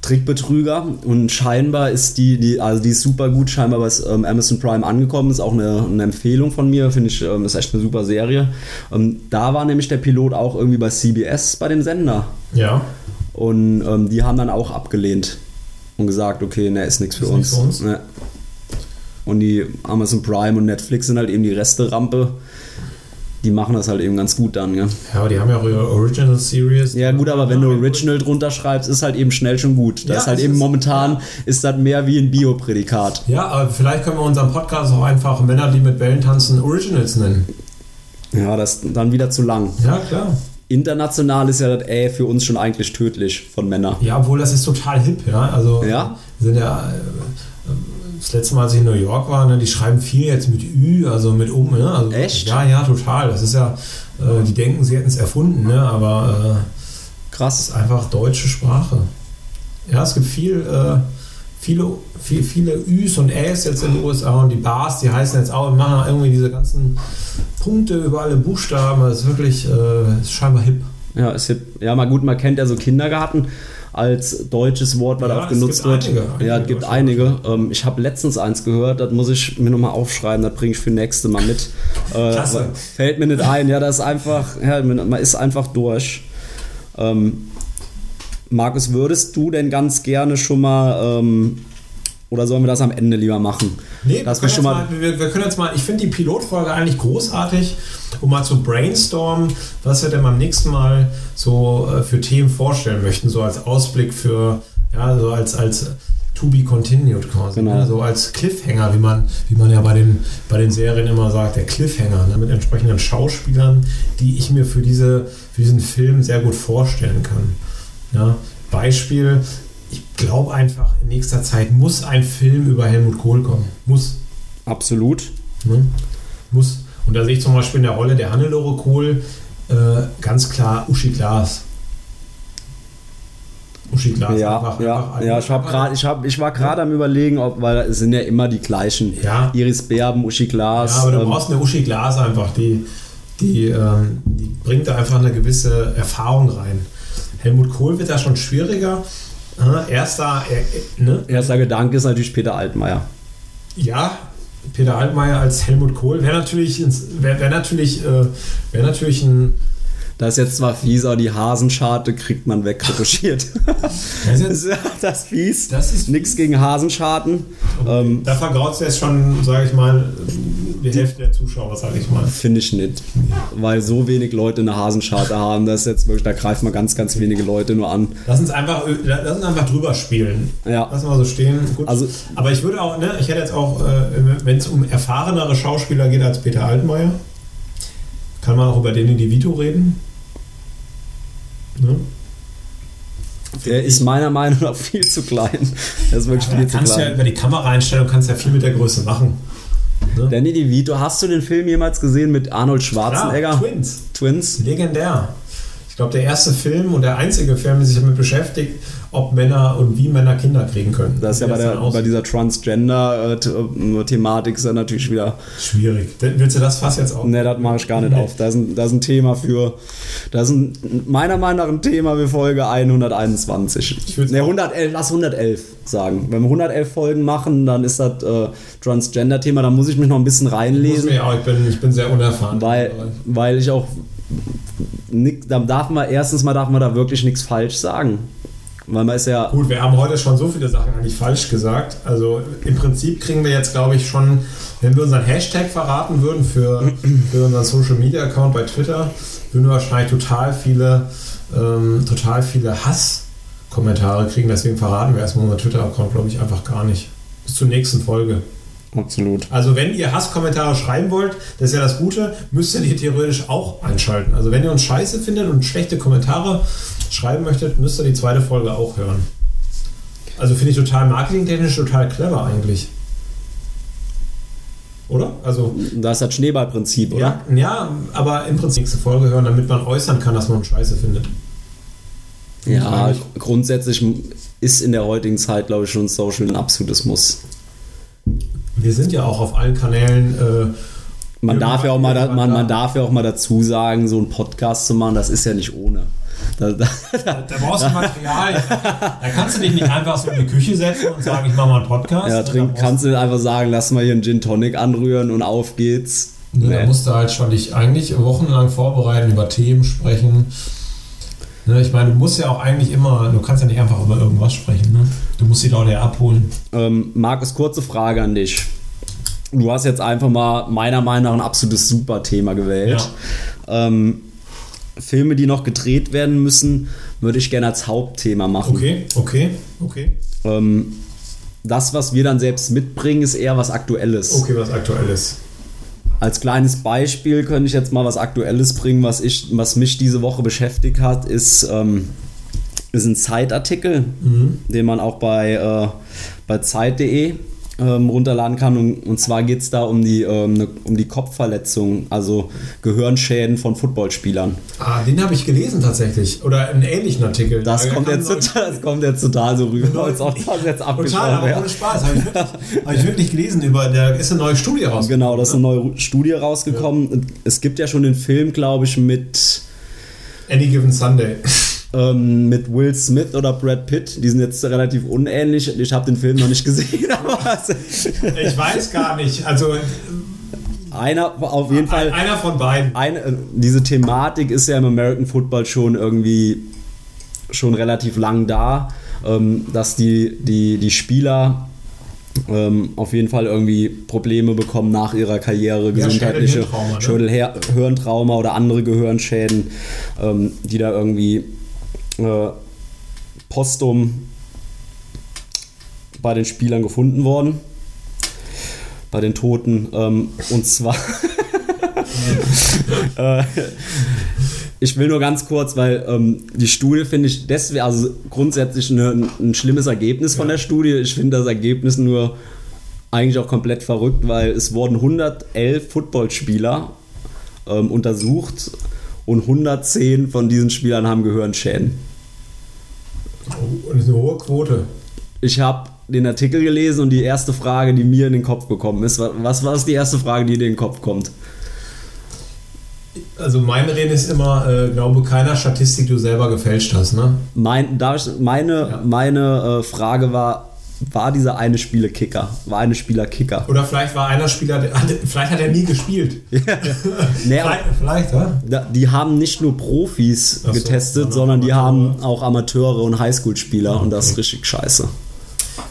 Speaker 1: Trickbetrüger und scheinbar ist die, die also die ist super gut, scheinbar bei ähm, Amazon Prime angekommen, ist auch eine, eine Empfehlung von mir, finde ich, ähm, ist echt eine super Serie. Ähm, da war nämlich der Pilot auch irgendwie bei CBS bei dem Sender
Speaker 2: Ja.
Speaker 1: und ähm, die haben dann auch abgelehnt und gesagt, okay, ne, ist nichts für,
Speaker 2: Ist
Speaker 1: uns.
Speaker 2: nix für uns.
Speaker 1: Ne. Und die Amazon Prime und Netflix sind halt eben die Resterampe. Die machen das halt eben ganz gut dann, gell?
Speaker 2: ja, aber die haben ja auch ihre Original Series.
Speaker 1: Ja, gut, aber wenn du
Speaker 2: Ja,
Speaker 1: Original drunter schreibst, ist halt eben schnell schon gut. Das
Speaker 2: Ja,
Speaker 1: ist halt
Speaker 2: es
Speaker 1: eben
Speaker 2: ist-
Speaker 1: momentan, ist das mehr wie ein Bioprädikat.
Speaker 2: Ja, aber vielleicht können wir unseren Podcast auch einfach Männer, die mit Wellen tanzen, Originals nennen.
Speaker 1: Ja, das dann wieder zu lang.
Speaker 2: Ja, klar.
Speaker 1: International ist ja das Ä für uns schon eigentlich tödlich von Männern.
Speaker 2: Ja, obwohl das ist total hip, ja. Also
Speaker 1: Ja?
Speaker 2: wir sind ja äh, das letzte Mal, als ich in New York war, ne, die schreiben viel jetzt mit Ü, also mit um, ne? Also,
Speaker 1: Echt?
Speaker 2: Ja, ja, total. Das ist ja, äh, die denken, sie hätten es erfunden, ne? Aber äh, das
Speaker 1: Krass.
Speaker 2: ist einfach deutsche Sprache. Ja, es gibt viel, äh, viele, viel, viele Üs und Äs jetzt in den USA und die Bars, die heißen jetzt auch, machen irgendwie diese ganzen Punkte über alle Buchstaben. Das ist wirklich äh, ist scheinbar hip.
Speaker 1: Ja, ist hip. Ja, mal gut, man kennt ja so Kindergarten als deutsches Wort, weil
Speaker 2: Ja,
Speaker 1: auch
Speaker 2: es
Speaker 1: genutzt
Speaker 2: gibt
Speaker 1: wird.
Speaker 2: einige, einige
Speaker 1: ja, es gibt
Speaker 2: deutsche
Speaker 1: einige. Ähm, ich habe letztens eins gehört, das muss ich mir nochmal aufschreiben, das bringe ich für nächste Mal mit. Äh,
Speaker 2: Klasse.
Speaker 1: weil- Fällt mir nicht ein, ja, das ist einfach, ja, man ist einfach durch. Ähm, Markus, würdest du denn ganz gerne schon mal, ähm, oder sollen wir das am Ende lieber machen?
Speaker 2: Nee, wir
Speaker 1: das
Speaker 2: können,
Speaker 1: ist
Speaker 2: jetzt
Speaker 1: schon
Speaker 2: mal,
Speaker 1: mal,
Speaker 2: wir, wir können jetzt mal, ich finde die Pilotfolge eigentlich großartig, um mal zu brainstormen, was wir denn beim nächsten Mal so äh, für Themen vorstellen möchten, so als Ausblick für, ja, so als, als äh, to be continued quasi,
Speaker 1: Genau.
Speaker 2: ne? so als Cliffhanger, wie man, wie man ja bei den, bei den Serien immer sagt, der Cliffhanger, ne? mit entsprechenden Schauspielern, die ich mir für, diese, für diesen Film sehr gut vorstellen kann. Ja? Beispiel, ich glaube einfach, in nächster Zeit muss ein Film über Helmut Kohl kommen. Muss.
Speaker 1: absolut.
Speaker 2: Ne? Muss. Und da sehe ich zum Beispiel in der Rolle der Hannelore Kohl äh, ganz klar Uschi Glas. Uschi Glas.
Speaker 1: Ja,
Speaker 2: einfach,
Speaker 1: ja,
Speaker 2: einfach,
Speaker 1: ja, ich, hab
Speaker 2: einfach-
Speaker 1: grad, ich, hab, ich war gerade am überlegen, ob, weil es sind ja immer die gleichen.
Speaker 2: Ja,
Speaker 1: Iris Berben, Uschi
Speaker 2: ja
Speaker 1: Glas.
Speaker 2: aber du
Speaker 1: ähm,
Speaker 2: brauchst eine Uschi Glas einfach, die, die, ähm, die bringt da einfach eine gewisse Erfahrung rein. Helmut Kohl wird da schon schwieriger. Äh, Erster, er, ne?
Speaker 1: erster Gedanke ist natürlich Peter Altmaier.
Speaker 2: Ja, Peter Altmaier als Helmut Kohl wäre natürlich, ins- wär, wär natürlich, äh, wär natürlich ein.
Speaker 1: Das ist jetzt zwar fies, aber die Hasenscharte kriegt man wegretuschiert.
Speaker 2: Das ist
Speaker 1: das ist
Speaker 2: jetzt-
Speaker 1: das ist fies.
Speaker 2: Das ist-
Speaker 1: Nix gegen Hasenscharten. Ähm,
Speaker 2: da vergraut es jetzt schon, sage ich mal, die Hälfte der Zuschauer, sage ich mal.
Speaker 1: Finde ich nicht. Weil so wenig Leute eine Hasenscharte haben, das ist jetzt wirklich, da greifen wir ganz, ganz wenige Leute nur an.
Speaker 2: Lass uns einfach, äh, lass uns einfach drüber spielen.
Speaker 1: Ja.
Speaker 2: Lass mal so stehen. Gut.
Speaker 1: Also-
Speaker 2: Aber ich würde auch, ne, ich hätte jetzt auch, äh, wenn es um erfahrenere Schauspieler geht als Peter Altmaier, kann man auch über Danny DeVito reden. Ne?
Speaker 1: Der ist meiner Meinung nach viel zu klein. Der ist wirklich
Speaker 2: Du
Speaker 1: viel zu
Speaker 2: kannst ja
Speaker 1: klein.
Speaker 2: über die Kameraeinstellung kannst ja viel mit der Größe machen.
Speaker 1: Danny DeVito, hast du den Film jemals gesehen mit Arnold Schwarzenegger?
Speaker 2: Ja, Twins.
Speaker 1: Twins?
Speaker 2: Legendär. Ich glaube, der erste Film und der einzige Film, der sich damit beschäftigt, ob Männer und wie Männer Kinder kriegen können.
Speaker 1: Das ist ja
Speaker 2: Wie
Speaker 1: bei, der,
Speaker 2: dann
Speaker 1: bei dieser Transgender-Thematik ist ja natürlich wieder.
Speaker 2: aussieht. Schwierig. Dann Willst du das Fass jetzt auch?
Speaker 1: Ne, das mache ich gar nicht auf. Das ist, ein, das ist ein Thema für. Das ist ein, meiner Meinung nach ein Thema für Folge 121.
Speaker 2: Ich würd's
Speaker 1: Ne,
Speaker 2: auch-
Speaker 1: 111, lass 111 sagen. Wenn wir 111 Folgen machen, dann ist das äh, Transgender-Thema. Da muss ich mich noch ein bisschen
Speaker 2: Muss
Speaker 1: reinlesen.
Speaker 2: mir auch, ich, bin, ich bin sehr unerfahren.
Speaker 1: Weil, weil ich auch. Nick, dann darf man, erstens mal darf man da wirklich nichts falsch sagen. Weil man ist ja.
Speaker 2: Gut, wir haben heute schon so viele Sachen eigentlich falsch gesagt. Also im Prinzip kriegen wir jetzt, glaube ich, schon, wenn wir unseren Hashtag verraten würden für, für unseren Social Media Account bei Twitter, würden wir wahrscheinlich total viele, ähm, total viele Hasskommentare kriegen. Deswegen verraten wir erstmal unseren Twitter-Account, glaube ich, einfach gar nicht. Bis zur nächsten Folge.
Speaker 1: Absolut.
Speaker 2: Also wenn ihr Hasskommentare schreiben wollt, das ist ja das Gute, müsst ihr die theoretisch auch einschalten. Also wenn ihr uns scheiße findet und schlechte Kommentare schreiben möchtet, müsst ihr die zweite Folge auch hören. Also finde ich total marketingtechnisch total clever eigentlich. Oder? Also,
Speaker 1: Das ist das Schneeballprinzip, oder?
Speaker 2: ja, ja, aber im Prinzip nächste Folge hören, damit man äußern kann, dass man Scheiße findet.
Speaker 1: Ja,
Speaker 2: eigentlich.
Speaker 1: grundsätzlich ist in der heutigen Zeit, glaube ich, schon Social ein absolutes Muss.
Speaker 2: Wir sind ja auch auf allen Kanälen. Äh,
Speaker 1: Man
Speaker 2: Irgendwann-
Speaker 1: darf, ja auch mal da,
Speaker 2: irgendwann
Speaker 1: man,
Speaker 2: da-
Speaker 1: man darf ja auch mal dazu sagen, so einen Podcast zu machen, das ist ja nicht ohne. Da, da,
Speaker 2: da brauchst du Material. da kannst du dich nicht einfach so in die Küche setzen und sagen, ich mache mal einen Podcast.
Speaker 1: ja, trink,
Speaker 2: kannst.
Speaker 1: kannst du einfach sagen, lass mal hier einen Gin Tonic anrühren und auf geht's.
Speaker 2: Ne,
Speaker 1: Nee.
Speaker 2: Da musst du halt schon dich eigentlich wochenlang vorbereiten, über Themen sprechen. Ne, ich meine, du musst ja auch eigentlich immer, du kannst ja nicht einfach über irgendwas sprechen. Ne? Du musst die Leute ja abholen.
Speaker 1: Ähm, Markus, kurze Frage an dich. Du hast jetzt einfach mal meiner Meinung nach ein absolutes super Thema gewählt. Ähm, Filme, die noch gedreht werden müssen, würde ich gerne als Hauptthema machen.
Speaker 2: Okay, okay, okay.
Speaker 1: Ähm, das, was wir dann selbst mitbringen, ist eher was Aktuelles.
Speaker 2: Okay, was aktuell ist.
Speaker 1: Als kleines Beispiel könnte ich jetzt mal was Aktuelles bringen, was, ich, was mich diese Woche beschäftigt hat, ist, ähm, ist ein Zeitartikel,
Speaker 2: Mhm.
Speaker 1: den man auch bei, äh, bei Zeit.de ähm, runterladen kann. Und, und zwar geht es da um die, ähm, ne, um die Kopfverletzung, also Gehirnschäden von Footballspielern.
Speaker 2: Ah, den habe ich gelesen tatsächlich. Oder einen ähnlichen Artikel.
Speaker 1: Das,
Speaker 2: Da
Speaker 1: kommt,
Speaker 2: kann
Speaker 1: jetzt
Speaker 2: Leute-
Speaker 1: total, das kommt jetzt total so rüber, als ob das jetzt
Speaker 2: Total,
Speaker 1: abgeschaut
Speaker 2: aber
Speaker 1: wäre.
Speaker 2: ohne Spaß. Habe ich, wirklich- hab ich wirklich gelesen über, da ist eine neue Studie raus.
Speaker 1: Genau, da ist eine neue Studie rausgekommen. Es gibt ja schon den Film, glaube ich, mit,
Speaker 2: Any Given Sunday.
Speaker 1: ähm, mit Will Smith oder Brad Pitt. Die sind jetzt relativ unähnlich. Ich habe den Film noch nicht gesehen, aber es-
Speaker 2: Ich weiß gar nicht. Also
Speaker 1: einer auf jeden Fall.
Speaker 2: einer von beiden.
Speaker 1: Eine, äh, diese Thematik ist ja im American Football schon irgendwie schon relativ lang da, ähm, dass die, die, die Spieler ähm, auf jeden Fall irgendwie Probleme bekommen nach ihrer Karriere, gesundheitliche
Speaker 2: Schädel-Hirntrauma, ne?
Speaker 1: Schädel-Her- Hirntrauma oder andere Gehirnschäden, ähm, die da irgendwie äh, postum bei den Spielern gefunden wurden. Bei den Toten. Ähm, und zwar. Äh, ich will nur ganz kurz, weil ähm, die Studie finde ich deswegen, also grundsätzlich eine, ein schlimmes Ergebnis von der Studie. Ich finde das Ergebnis nur eigentlich auch komplett verrückt, weil es wurden 111 Footballspieler ähm, untersucht und 110 von diesen Spielern haben Gehirnschäden.
Speaker 2: Oh, Und das ist eine hohe Quote.
Speaker 1: Ich habe den Artikel gelesen und die erste Frage, die mir in den Kopf gekommen ist, wa- was war die erste Frage, die dir in den Kopf kommt?
Speaker 2: Also meine Rede ist immer, äh, glaube keiner Statistik du selber gefälscht hast, ne?
Speaker 1: Mein, darf ich, meine
Speaker 2: Ja.
Speaker 1: meine äh, Frage war, war dieser eine Spieler Kicker? War eine Spieler Kicker?
Speaker 2: Oder vielleicht war einer Spieler, der, hat, vielleicht hat er nie gespielt.
Speaker 1: Nee, aber-
Speaker 2: vielleicht, vielleicht, ja?
Speaker 1: Da- Die haben nicht nur Profis
Speaker 2: Ach so,
Speaker 1: getestet, sondern
Speaker 2: sondern
Speaker 1: die
Speaker 2: Amateure. Ah,
Speaker 1: haben auch Amateure und Highschool-Spieler und das ist richtig scheiße.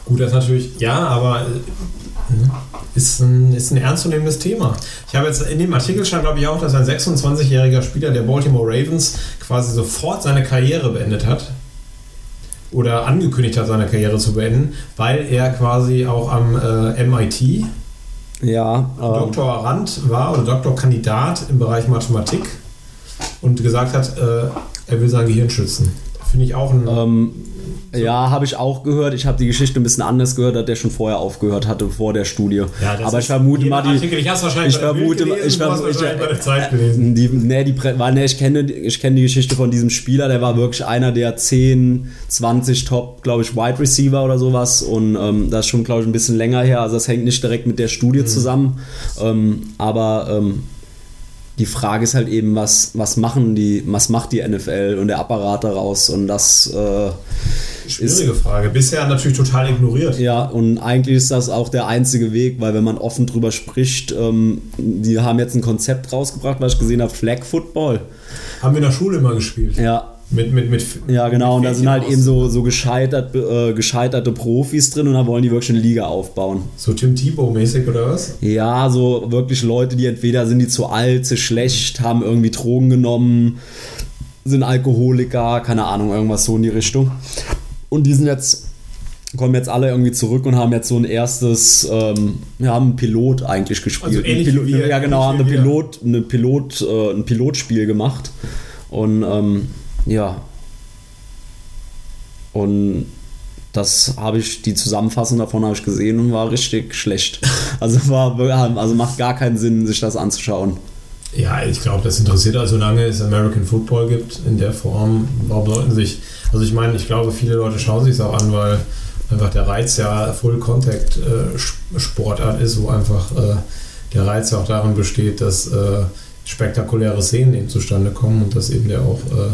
Speaker 2: Gut, das ist natürlich, ja, aber äh, ne? ist ein, ist ein ernstzunehmendes Thema. Ich habe jetzt in dem Artikel stand, glaube ich, auch, dass ein 26-jähriger Spieler der Baltimore Ravens quasi sofort seine Karriere beendet hat. Oder angekündigt hat, seine Karriere zu beenden, weil er quasi auch am äh, MIT,
Speaker 1: Ja, ähm,
Speaker 2: Doktorand war oder Doktorkandidat im Bereich Mathematik und gesagt hat, äh, er will sein Gehirn schützen. Finde ich auch ein.
Speaker 1: ähm, ja habe ich auch gehört. Ich habe die Geschichte ein bisschen anders gehört, dass der schon vorher aufgehört hatte, vor der Studie. Aber ich vermute mal, die,
Speaker 2: Artikel, ich hab's wahrscheinlich
Speaker 1: ich
Speaker 2: bei der Bild
Speaker 1: vermute-
Speaker 2: gelesen,
Speaker 1: ich
Speaker 2: du hast
Speaker 1: vermute-
Speaker 2: wahrscheinlich
Speaker 1: ich-
Speaker 2: bei der Zeit gelesen.
Speaker 1: Die, nee, die, Pre- weil, nee, ich, kenne, die- ich kenne die Geschichte von diesem Spieler, der war wirklich einer der 10, 20 Top, glaube ich, Wide Receiver oder sowas. Und ähm, das ist schon, glaube ich, ein bisschen länger her. Also das hängt nicht direkt mit der Studie zusammen. Ähm, aber ähm, die Frage ist halt eben, was, was machen die, was macht die NFL und der Apparat daraus? Und das äh,
Speaker 2: Schwierige Frage. Bisher natürlich total ignoriert.
Speaker 1: ja, und eigentlich ist das auch der einzige Weg, weil wenn man offen drüber spricht, ähm, die haben jetzt ein Konzept rausgebracht, was ich gesehen habe, Flag Football.
Speaker 2: Haben wir in der Schule immer gespielt.
Speaker 1: Ja,
Speaker 2: Mit, mit, mit,
Speaker 1: Ja, genau.
Speaker 2: mit
Speaker 1: Und da sind halt
Speaker 2: Fähnchen
Speaker 1: eben
Speaker 2: aus.
Speaker 1: so, so gescheitert, äh, gescheiterte Profis drin und da wollen die wirklich eine Liga aufbauen.
Speaker 2: So Tim Tebow-mäßig oder was?
Speaker 1: Ja, so wirklich Leute, die entweder sind die zu alt, zu schlecht, haben irgendwie Drogen genommen, sind Alkoholiker, keine Ahnung, irgendwas so in die Richtung. Und die sind jetzt, kommen jetzt alle irgendwie zurück und haben jetzt so ein erstes, ähm, ja, haben einen Pilot eigentlich gespielt.
Speaker 2: Also ähnlich
Speaker 1: Ein Pilot,
Speaker 2: wie wir,
Speaker 1: ja, genau, haben
Speaker 2: ähnlich
Speaker 1: eine
Speaker 2: wie
Speaker 1: Pilot, eine Pilot, äh, ein Pilotspiel gemacht. Und ähm, ja. Und das habe ich, die Zusammenfassung davon habe ich gesehen und war richtig schlecht. Also, war, also macht gar keinen Sinn, sich das anzuschauen.
Speaker 2: Ja, ich glaube, das interessiert also, solange es American Football gibt in der Form, warum sollten sich, also ich meine, ich glaube, viele Leute schauen sich es auch an, weil einfach der Reiz ja Full-Contact-Sportart ist, wo einfach äh, der Reiz ja auch darin besteht, dass äh, spektakuläre Szenen eben zustande kommen und dass eben der auch äh,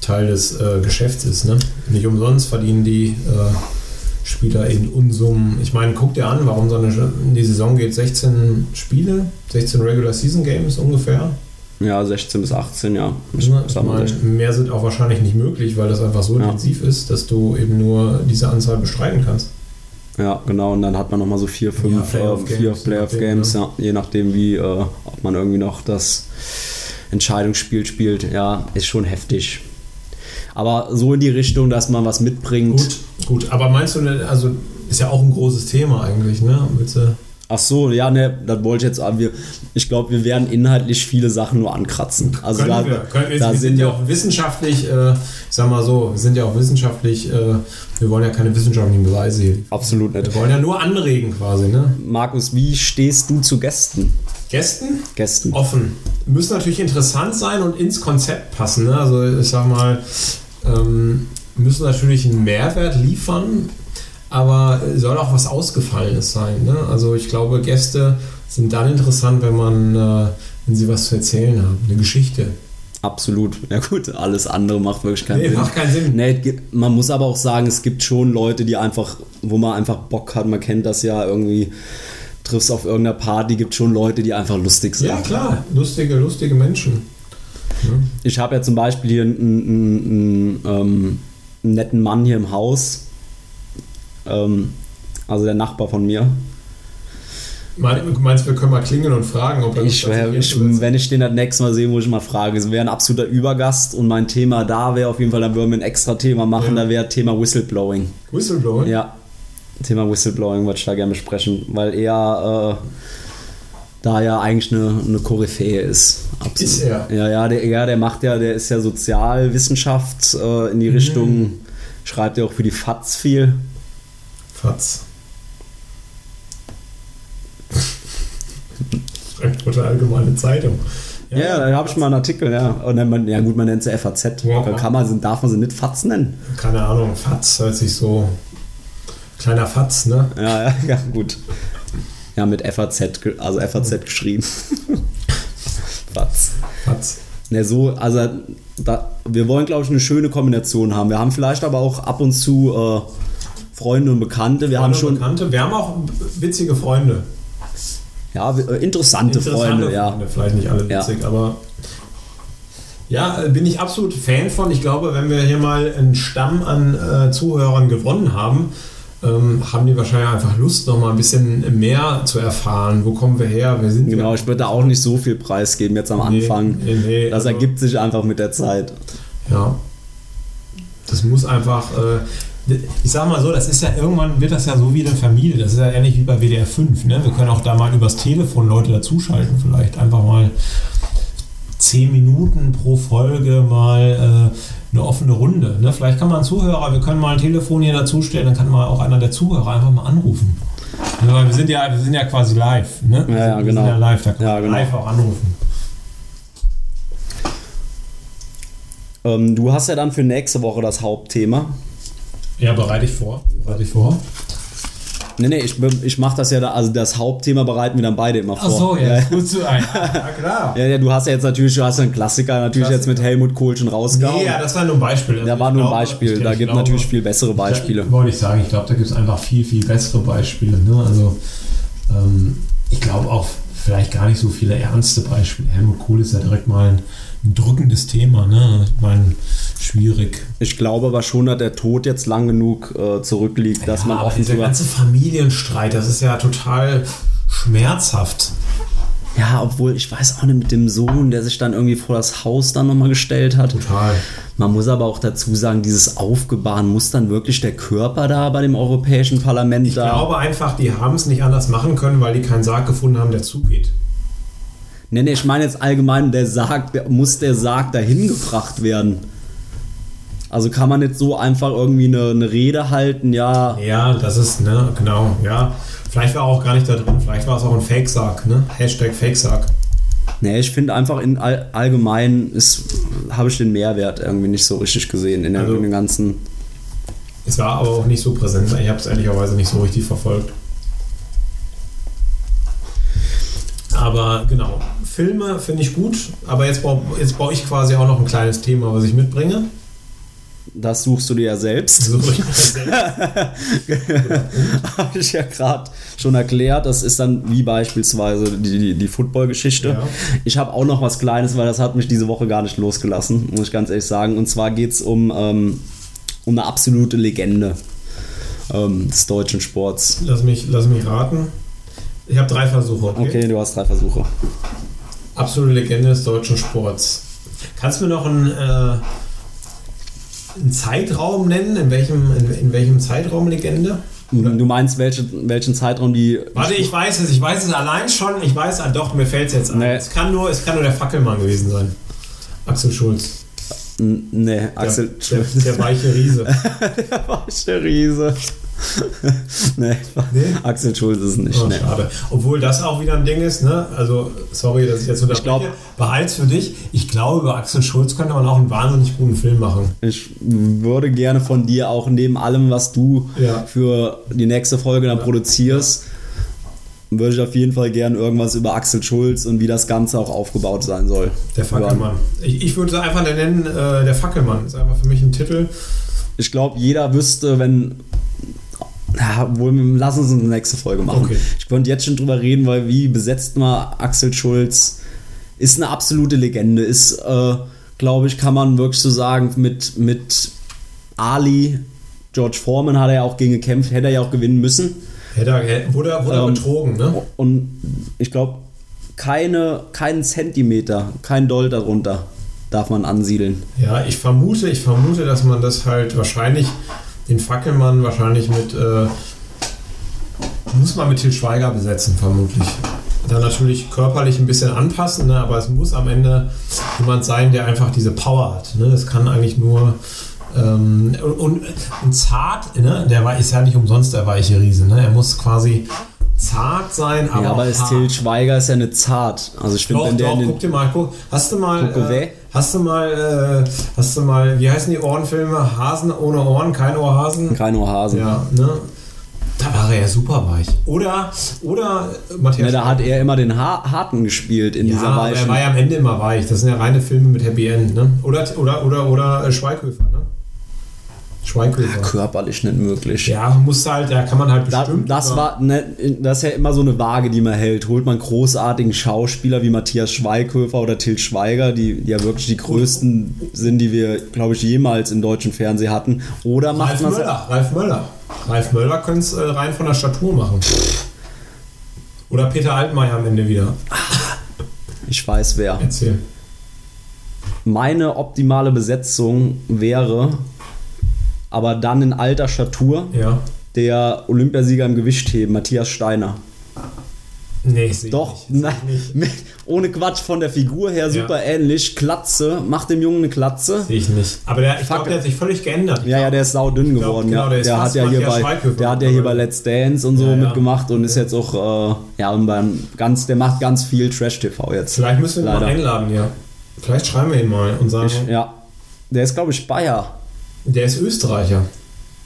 Speaker 2: Teil des Geschäfts ist. Ne? Nicht umsonst verdienen die äh, Spieler eben Unsummen. Ich meine, guck dir an, warum so eine in die Saison geht 16 Spiele, 16 Regular Season Games ungefähr.
Speaker 1: Ja, 16 bis 18, ja.
Speaker 2: Ich sag mal mehr sind auch wahrscheinlich nicht möglich, weil das einfach so ja. intensiv ist, dass du eben nur diese Anzahl bestreiten kannst.
Speaker 1: Ja, genau, und dann hat man nochmal so vier, fünf, ja, Playoff äh, vier
Speaker 2: ne?
Speaker 1: Playoff-Games, ja, je nachdem, wie, äh, ob man irgendwie noch das Entscheidungsspiel spielt. Ja, ist schon heftig. Aber so in die Richtung, dass man was mitbringt.
Speaker 2: Gut, gut. aber meinst du, also ist ja auch ein großes Thema eigentlich, ne? Bitte.
Speaker 1: Ach so, ja, ne, das wollte ich jetzt an. Ich glaube, wir werden inhaltlich viele Sachen nur ankratzen. Also
Speaker 2: können da, wir, können wir, da sind, sind ja auch wissenschaftlich, äh, ich sag mal so, wir sind ja auch wissenschaftlich, äh, wir wollen ja keine wissenschaftlichen Beweise hier.
Speaker 1: Absolut nicht.
Speaker 2: Wir wollen ja nur anregen quasi, ne?
Speaker 1: Markus, wie stehst du zu Gästen?
Speaker 2: Gästen?
Speaker 1: Gästen.
Speaker 2: Offen. Müssen natürlich interessant sein und ins Konzept passen. Ne? Also ich sag mal, ähm, müssen natürlich einen Mehrwert liefern, aber soll auch was Ausgefallenes sein. Ne? Also ich glaube, Gäste sind dann interessant, wenn man, äh, wenn sie was zu erzählen haben, eine Geschichte.
Speaker 1: Absolut. Ja gut, alles andere macht wirklich keinen nee, Sinn.
Speaker 2: Macht keinen Sinn.
Speaker 1: Nee, man muss aber auch sagen, es gibt schon Leute, die einfach, wo man einfach Bock hat, man kennt das ja irgendwie, triffst auf irgendeiner Party, gibt schon Leute, die einfach lustig sind.
Speaker 2: Ja klar, lustige, lustige Menschen.
Speaker 1: Ja. Ich habe ja zum Beispiel hier einen, einen, einen, einen netten Mann hier im Haus, also der Nachbar von mir.
Speaker 2: Meinst du, wir können mal klingeln und fragen, ob
Speaker 1: er ich, ich, Wenn ich den das nächste Mal sehe, muss ich mal fragen. Es wäre ein absoluter Übergast und mein Thema da wäre auf jeden Fall, dann würden wir ein extra Thema machen, ja. da wäre Thema Whistleblowing.
Speaker 2: Whistleblowing?
Speaker 1: Ja. Thema Whistleblowing würde ich da gerne besprechen, weil er äh, da ja eigentlich eine, eine Koryphäe ist.
Speaker 2: Absolut. Ist er?
Speaker 1: Ja, ja der, ja, der macht ja, der ist ja Sozialwissenschaft äh, in die mhm. Richtung, schreibt ja auch für die FATS viel.
Speaker 2: Fatz. Frankfurter Allgemeine Zeitung.
Speaker 1: Ja, ja da habe ich mal einen Artikel, ja. Und dann, man, ja gut, man nennt sie FAZ. Ja. Kann man, darf man sie nicht Fatz nennen?
Speaker 2: Keine Ahnung, Fatz hört sich so. Kleiner Fatz, ne?
Speaker 1: Ja, ja, ja gut. Ja, mit FAZ, also FAZ geschrieben. Fatz.
Speaker 2: Fatz.
Speaker 1: Ne, so, also da, wir wollen, glaube ich, eine schöne Kombination haben. Wir haben vielleicht aber auch ab und zu. Äh, Freunde und Bekannte. Wir Freunde haben schon.
Speaker 2: Bekannte. Wir haben auch witzige Freunde.
Speaker 1: Ja, äh, interessante, interessante Freunde, Freunde, ja.
Speaker 2: Vielleicht nicht alle witzig, ja. aber. Ja, bin ich absolut Fan von. Ich glaube, wenn wir hier mal einen Stamm an äh, Zuhörern gewonnen haben, ähm, haben die wahrscheinlich einfach Lust, noch mal ein bisschen mehr zu erfahren. Wo kommen wir her? Wer sind
Speaker 1: Genau, ich würde da auch nicht so viel preisgeben jetzt am nee, Anfang. Nee, nee, das also, ergibt sich einfach mit der Zeit.
Speaker 2: Ja. Das muss einfach. Äh, ich sag mal so, das ist ja irgendwann wird das ja so wie eine Familie. Das ist ja ähnlich wie bei WDR 5. Ne? Wir können auch da mal übers Telefon Leute dazuschalten, vielleicht einfach mal zehn Minuten pro Folge mal äh, eine offene Runde. Ne? Vielleicht kann man einen Zuhörer, wir können mal ein Telefon hier dazustellen, dann kann mal auch einer der Zuhörer einfach mal anrufen. Ja, wir sind ja, wir sind ja quasi live. Ne?
Speaker 1: Ja, ja,
Speaker 2: wir
Speaker 1: genau.
Speaker 2: sind ja live, da kann
Speaker 1: ja, genau.
Speaker 2: live auch anrufen.
Speaker 1: Ähm, du hast ja dann für nächste Woche das Hauptthema.
Speaker 2: Ja, bereite ich vor. Bereite ich vor.
Speaker 1: Nee, nee, ich, ich mache das ja, da, also das Hauptthema bereiten wir dann beide immer vor.
Speaker 2: Ach so, ja, ja. gut zu ein. Ja, klar.
Speaker 1: ja, ja, du hast ja jetzt natürlich, du hast einen Klassiker natürlich Klassiker. jetzt mit Helmut Kohl schon rausgehauen. Nee,
Speaker 2: ja, das war nur ein Beispiel. Also
Speaker 1: da war nur ein Beispiel, da gibt es natürlich viel bessere Beispiele.
Speaker 2: wollte ich sagen, ich glaube, da gibt es einfach viel, viel bessere Beispiele. Ne? Also, ähm, ich glaube auch vielleicht gar nicht so viele ernste Beispiele. Helmut Kohl ist ja direkt mal ein ein drückendes Thema, ne? Ich meine, schwierig.
Speaker 1: Ich glaube aber schon, dass der Tod jetzt lang genug äh, zurückliegt, dass ja, man offen
Speaker 2: Der ganze Familienstreit, das ist ja total schmerzhaft.
Speaker 1: Ja, obwohl ich weiß auch nicht mit dem Sohn, der sich dann irgendwie vor das Haus dann nochmal gestellt hat.
Speaker 2: Total.
Speaker 1: Man muss aber auch dazu sagen, dieses Aufgebaren muss dann wirklich der Körper da bei dem Europäischen Parlament
Speaker 2: ich
Speaker 1: da.
Speaker 2: Ich glaube einfach, die haben es nicht anders machen können, weil die keinen Sarg gefunden haben, der zugeht.
Speaker 1: Nee, nee, ich meine jetzt allgemein, der Sarg, der, muss der Sarg dahin gebracht werden. Also kann man nicht so einfach irgendwie eine, eine Rede halten, ja.
Speaker 2: Ja, das ist, ne, genau, ja. Vielleicht war auch gar nicht da drin, vielleicht war es auch ein Fake-Sack, ne? Hashtag Fake-Sack.
Speaker 1: Nee, ich finde einfach in all, allgemein ist- habe ich den Mehrwert irgendwie nicht so richtig gesehen in, der,
Speaker 2: Also-
Speaker 1: in dem ganzen.
Speaker 2: Es war aber auch nicht so präsent, ich habe es ehrlicherweise nicht so richtig verfolgt. Aber genau, Filme finde ich gut, aber jetzt brauche jetzt brauch ich quasi auch noch ein kleines Thema, was ich mitbringe. Also,
Speaker 1: Das suchst du dir ja selbst.
Speaker 2: So ich selbst.
Speaker 1: habe ich ja gerade schon erklärt. Das ist dann wie beispielsweise die, die, die Football-Geschichte.
Speaker 2: Ja.
Speaker 1: Ich habe auch noch was Kleines, weil das hat mich diese Woche gar nicht losgelassen, muss ich ganz ehrlich sagen. Und zwar geht es um, ähm, um eine absolute Legende ähm, des deutschen Sports.
Speaker 2: lass, mich, lass mich raten. Ich habe drei Versuche.
Speaker 1: Okay, du hast drei Versuche.
Speaker 2: Absolute Legende des deutschen Sports. Kannst du mir noch einen, äh, einen Zeitraum nennen? In welchem, in, in welchem Zeitraum Legende?
Speaker 1: Du meinst, welche, welchen Zeitraum die.
Speaker 2: Warte, ich weiß es, ich weiß es allein schon. Ich weiß, ah, doch, mir fällt es jetzt ein.
Speaker 1: Nee.
Speaker 2: Es, kann nur, es kann nur der Fackelmann gewesen sein. Axel Schulz.
Speaker 1: N- Nee, Axel.
Speaker 2: Der, der, der weiche Riese.
Speaker 1: der war ich der Riese. nee,
Speaker 2: Nee?
Speaker 1: Axel Schulz ist es nicht.
Speaker 2: Oh,
Speaker 1: nee.
Speaker 2: schade. Obwohl das auch wieder ein Ding ist, ne? Also, sorry, dass ich jetzt unterbreche.
Speaker 1: glaub-
Speaker 2: Behalt's für dich. Ich glaube, über Axel Schulz könnte man auch einen wahnsinnig guten Film machen.
Speaker 1: Ich würde gerne von dir auch neben allem, was du
Speaker 2: Ja.
Speaker 1: für die nächste Folge dann produzierst, würde ich auf jeden Fall gerne irgendwas über Axel Schulz und wie das Ganze auch aufgebaut sein soll.
Speaker 2: Der Fackelmann. Ich, ich würde einfach den nennen, äh, der Fackelmann. Ist einfach für mich ein Titel.
Speaker 1: Ich glaube, jeder wüsste, wenn. Ja, wohl, lass uns eine nächste Folge machen.
Speaker 2: Okay.
Speaker 1: Ich könnte jetzt schon drüber reden, weil wie besetzt man Axel Schulz? Ist eine absolute Legende. Ist, äh, glaube ich, kann man wirklich so sagen, mit, mit Ali, George Foreman hat er ja auch gegen gekämpft, hätte er ja auch gewinnen müssen.
Speaker 2: Hätte er, hätte- wurde er- wurde er
Speaker 1: Ähm,
Speaker 2: betrogen, ne?
Speaker 1: Und ich glaube, keine, keinen Zentimeter, kein Doll darunter darf man ansiedeln.
Speaker 2: Ja, ich vermute, ich vermute, dass man das halt wahrscheinlich, den Fackelmann wahrscheinlich mit, äh, muss man mit Til Schweiger besetzen, vermutlich. Dann natürlich körperlich ein bisschen anpassen, ne? aber es muss am Ende jemand sein, der einfach diese Power hat. Ne? Das kann eigentlich nur. Ähm, und, und, und zart, ne? der war, ist ja nicht umsonst der weiche Riese. Ne? Er muss quasi zart sein, aber.
Speaker 1: ja, aber ist
Speaker 2: hart.
Speaker 1: Till Schweiger ist ja nicht zart. Also ich finde,
Speaker 2: Doch,
Speaker 1: wenn der
Speaker 2: doch,
Speaker 1: in den
Speaker 2: guck dir mal, guck, hast du mal,
Speaker 1: Guck, weh.
Speaker 2: äh, hast du mal, äh, hast du mal, wie heißen die Ohrenfilme? Hasen ohne Ohren, kein Ohrhasen?
Speaker 1: kein Ohrhasen.
Speaker 2: Ja, ne? Da war er ja super weich. Oder, oder äh, Matthias.
Speaker 1: Ne, da hat er immer den ha Harten gespielt in
Speaker 2: ja,
Speaker 1: dieser
Speaker 2: aber er
Speaker 1: Weichen.
Speaker 2: war ja am Ende immer weich. Das sind ja reine Filme mit Happy End, ne? Oder, oder, oder, oder äh, Schweighöfer, ne? Schweighöfer.
Speaker 1: Körperlich nicht möglich.
Speaker 2: Ja, musst halt, da kann man halt
Speaker 1: Da,
Speaker 2: bestimmt.
Speaker 1: das,
Speaker 2: über-
Speaker 1: war, ne, das ist ja immer so eine Waage, die man hält. Holt man großartigen Schauspieler wie Matthias Schweighöfer oder Till Schweiger, die, die ja wirklich die größten sind, die wir, glaube ich, jemals im deutschen Fernsehen hatten. Oder macht
Speaker 2: Ralf
Speaker 1: man es
Speaker 2: Möller, Ralf Möller. Ralf Möller könnte es äh, rein von der Statur machen. Oder Peter Altmaier am Ende wieder.
Speaker 1: Ich weiß wer.
Speaker 2: Erzähl.
Speaker 1: Meine optimale Besetzung wäre, aber dann in alter Statur,
Speaker 2: Ja.
Speaker 1: der Olympiasieger im Gewichtheben, Matthias Steiner.
Speaker 2: Nee, ich sehe
Speaker 1: Doch,
Speaker 2: nicht.
Speaker 1: na, mit, ohne Quatsch, von der Figur her super ähnlich. Klatze, macht dem Jungen eine Klatze.
Speaker 2: Sehe ich nicht. Aber der, ich glaube,
Speaker 1: Fuck.
Speaker 2: der hat sich völlig geändert.
Speaker 1: Ja, ja, der ist saudünn
Speaker 2: glaub,
Speaker 1: geworden.
Speaker 2: genau,
Speaker 1: ja.
Speaker 2: der ist
Speaker 1: Der, hat
Speaker 2: fast
Speaker 1: ja hier
Speaker 2: Matthias
Speaker 1: bei,
Speaker 2: Schweighöfer
Speaker 1: der hat ja hier bei
Speaker 2: geworden.
Speaker 1: Let's Dance und so
Speaker 2: Ja, ja.
Speaker 1: mitgemacht und ist jetzt auch, äh, ja, und beim ganz, der macht ganz viel Trash-TV jetzt.
Speaker 2: Vielleicht müssen wir ihn mal
Speaker 1: Leider.
Speaker 2: einladen hier. Vielleicht schreiben wir ihn mal und sagen,
Speaker 1: Ja. Der ist, glaube ich, Bayer.
Speaker 2: der ist Österreicher.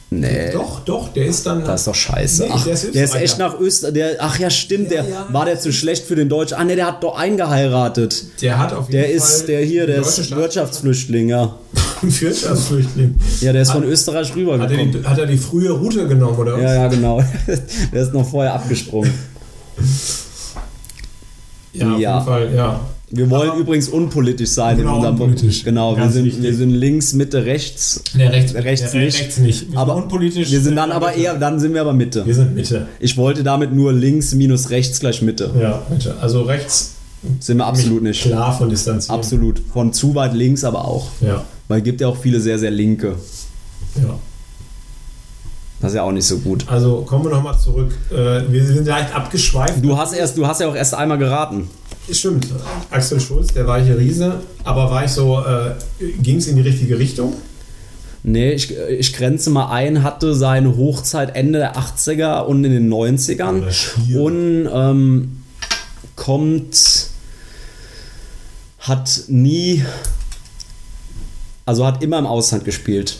Speaker 1: Nee.
Speaker 2: Doch, doch, der ist dann.
Speaker 1: Äh. Das ist doch scheiße.
Speaker 2: Nee,
Speaker 1: ach,
Speaker 2: der
Speaker 1: der,
Speaker 2: ist
Speaker 1: ist
Speaker 2: Österreicher.
Speaker 1: echt nach Österreich. Der, ach ja, stimmt.
Speaker 2: Ja,
Speaker 1: der,
Speaker 2: ja.
Speaker 1: War der zu schlecht für den Deutsch? Ah, ne, der hat doch eingeheiratet.
Speaker 2: der hat auf jeden
Speaker 1: Der
Speaker 2: Fall.
Speaker 1: ist, der hier, der
Speaker 2: die deutsche
Speaker 1: ist
Speaker 2: Staats-
Speaker 1: Wirtschaftsflüchtling, ja.
Speaker 2: Wirtschaftsflüchtling.
Speaker 1: Ja, der ist
Speaker 2: Hat-
Speaker 1: von Österreich
Speaker 2: Hat er,
Speaker 1: rübergekommen.
Speaker 2: die, hat er die frühe Route genommen, oder?
Speaker 1: Ja, ja, genau. der ist noch vorher abgesprungen.
Speaker 2: ja auf
Speaker 1: ja.
Speaker 2: jeden Fall, ja.
Speaker 1: Wir wollen
Speaker 2: Aber-
Speaker 1: übrigens unpolitisch sein
Speaker 2: Genau,
Speaker 1: in unserem
Speaker 2: unpolitisch.
Speaker 1: Genau, wir
Speaker 2: Ganz
Speaker 1: sind,
Speaker 2: wichtig.
Speaker 1: wir sind links, Mitte, rechts.
Speaker 2: Der rechts,
Speaker 1: Rechts
Speaker 2: der
Speaker 1: nicht.
Speaker 2: Rechts nicht. Wir
Speaker 1: aber
Speaker 2: sind unpolitisch.
Speaker 1: Wir sind dann aber eher, dann sind wir aber Mitte.
Speaker 2: Wir sind Mitte.
Speaker 1: Ich wollte damit nur links minus rechts gleich Mitte.
Speaker 2: Ja, Mitte. Also rechts.
Speaker 1: Sind wir absolut nicht.
Speaker 2: Klar von distanzieren.
Speaker 1: Absolut. Von zu weit links aber auch.
Speaker 2: Ja,
Speaker 1: Weil es gibt ja auch viele sehr, sehr linke.
Speaker 2: ja.
Speaker 1: Das ist ja auch nicht so gut.
Speaker 2: Also kommen wir nochmal zurück. Äh, wir sind leicht abgeschweift.
Speaker 1: Du hast, erst, du hast ja auch erst einmal geraten.
Speaker 2: Stimmt, Axel Schulz, der weiche Riese. Aber war ich so, äh, ging es in die richtige Richtung?
Speaker 1: Nee, ich, ich grenze mal ein, hatte seine Hochzeit Ende der 80er und in den 90ern.
Speaker 2: Oder Stier.
Speaker 1: und ähm, kommt, hat nie, also hat immer im Ausland gespielt.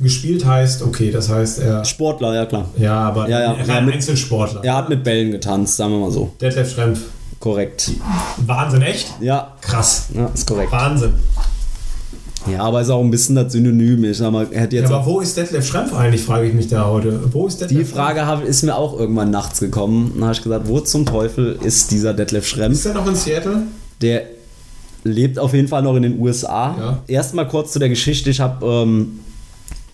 Speaker 2: Gespielt heißt, okay, das heißt, er.
Speaker 1: Sportler, ja klar.
Speaker 2: Ja, aber
Speaker 1: Ja, ja,
Speaker 2: er
Speaker 1: ja,
Speaker 2: war ein
Speaker 1: mit-
Speaker 2: Einzelsportler.
Speaker 1: Er hat mit Bällen getanzt, sagen wir mal so.
Speaker 2: Detlef Schrempf.
Speaker 1: Korrekt.
Speaker 2: Wahnsinn, echt?
Speaker 1: Ja,
Speaker 2: Krass.
Speaker 1: ja ist korrekt.
Speaker 2: Wahnsinn.
Speaker 1: Ja, aber ist auch ein bisschen das Synonym. Ich sag mal, er hätte
Speaker 2: Ja,
Speaker 1: jetzt
Speaker 2: aber wo ist Detlef Schrempf eigentlich, frage ich mich da heute. Wo ist Detlef
Speaker 1: Die Frage hab, ist mir auch irgendwann nachts gekommen. Dann habe ich gesagt, wo zum Teufel ist dieser Detlef
Speaker 2: Ist
Speaker 1: Schrempf?
Speaker 2: er noch in Seattle?
Speaker 1: Der lebt auf jeden Fall noch in den USA.
Speaker 2: Ja.
Speaker 1: Erstmal kurz zu der Geschichte. Ich habe, ähm,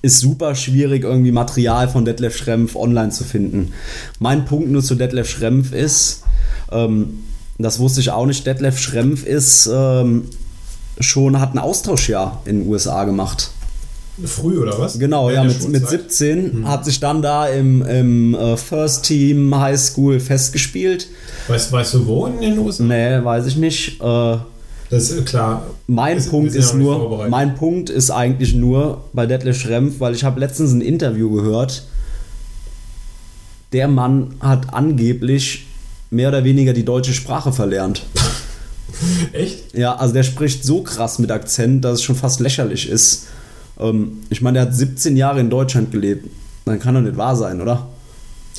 Speaker 1: ist super schwierig, irgendwie Material von Detlef Schrempf online zu finden. Mein Punkt nur zu Detlef Schrempf ist, ähm, das wusste ich auch nicht, Detlef Schrempf ist ähm, schon, hat ein Austauschjahr in den USA gemacht.
Speaker 2: Früh oder was?
Speaker 1: Genau, ja,
Speaker 2: Während
Speaker 1: mit,
Speaker 2: der
Speaker 1: mit
Speaker 2: Schulzeit. Mhm.
Speaker 1: 17 hat sich dann da im, im äh, First Team High School festgespielt.
Speaker 2: Weißt, weißt du, wo in den USA?
Speaker 1: Nee, weiß ich nicht. Äh,
Speaker 2: Das ist klar.
Speaker 1: mein
Speaker 2: Wir- wir
Speaker 1: Punkt
Speaker 2: sind ja
Speaker 1: ist
Speaker 2: noch nicht
Speaker 1: nur,
Speaker 2: vorbereitet.
Speaker 1: mein Punkt ist eigentlich nur bei Detlef Schrempf, weil ich habe letztens ein Interview gehört. Der Mann hat angeblich mehr oder weniger die deutsche Sprache verlernt.
Speaker 2: Echt?
Speaker 1: Ja, also der spricht so krass mit Akzent, dass es schon fast lächerlich ist. Ähm, ich meine, der hat 17 Jahre in Deutschland gelebt. Dann kann doch nicht wahr sein, oder?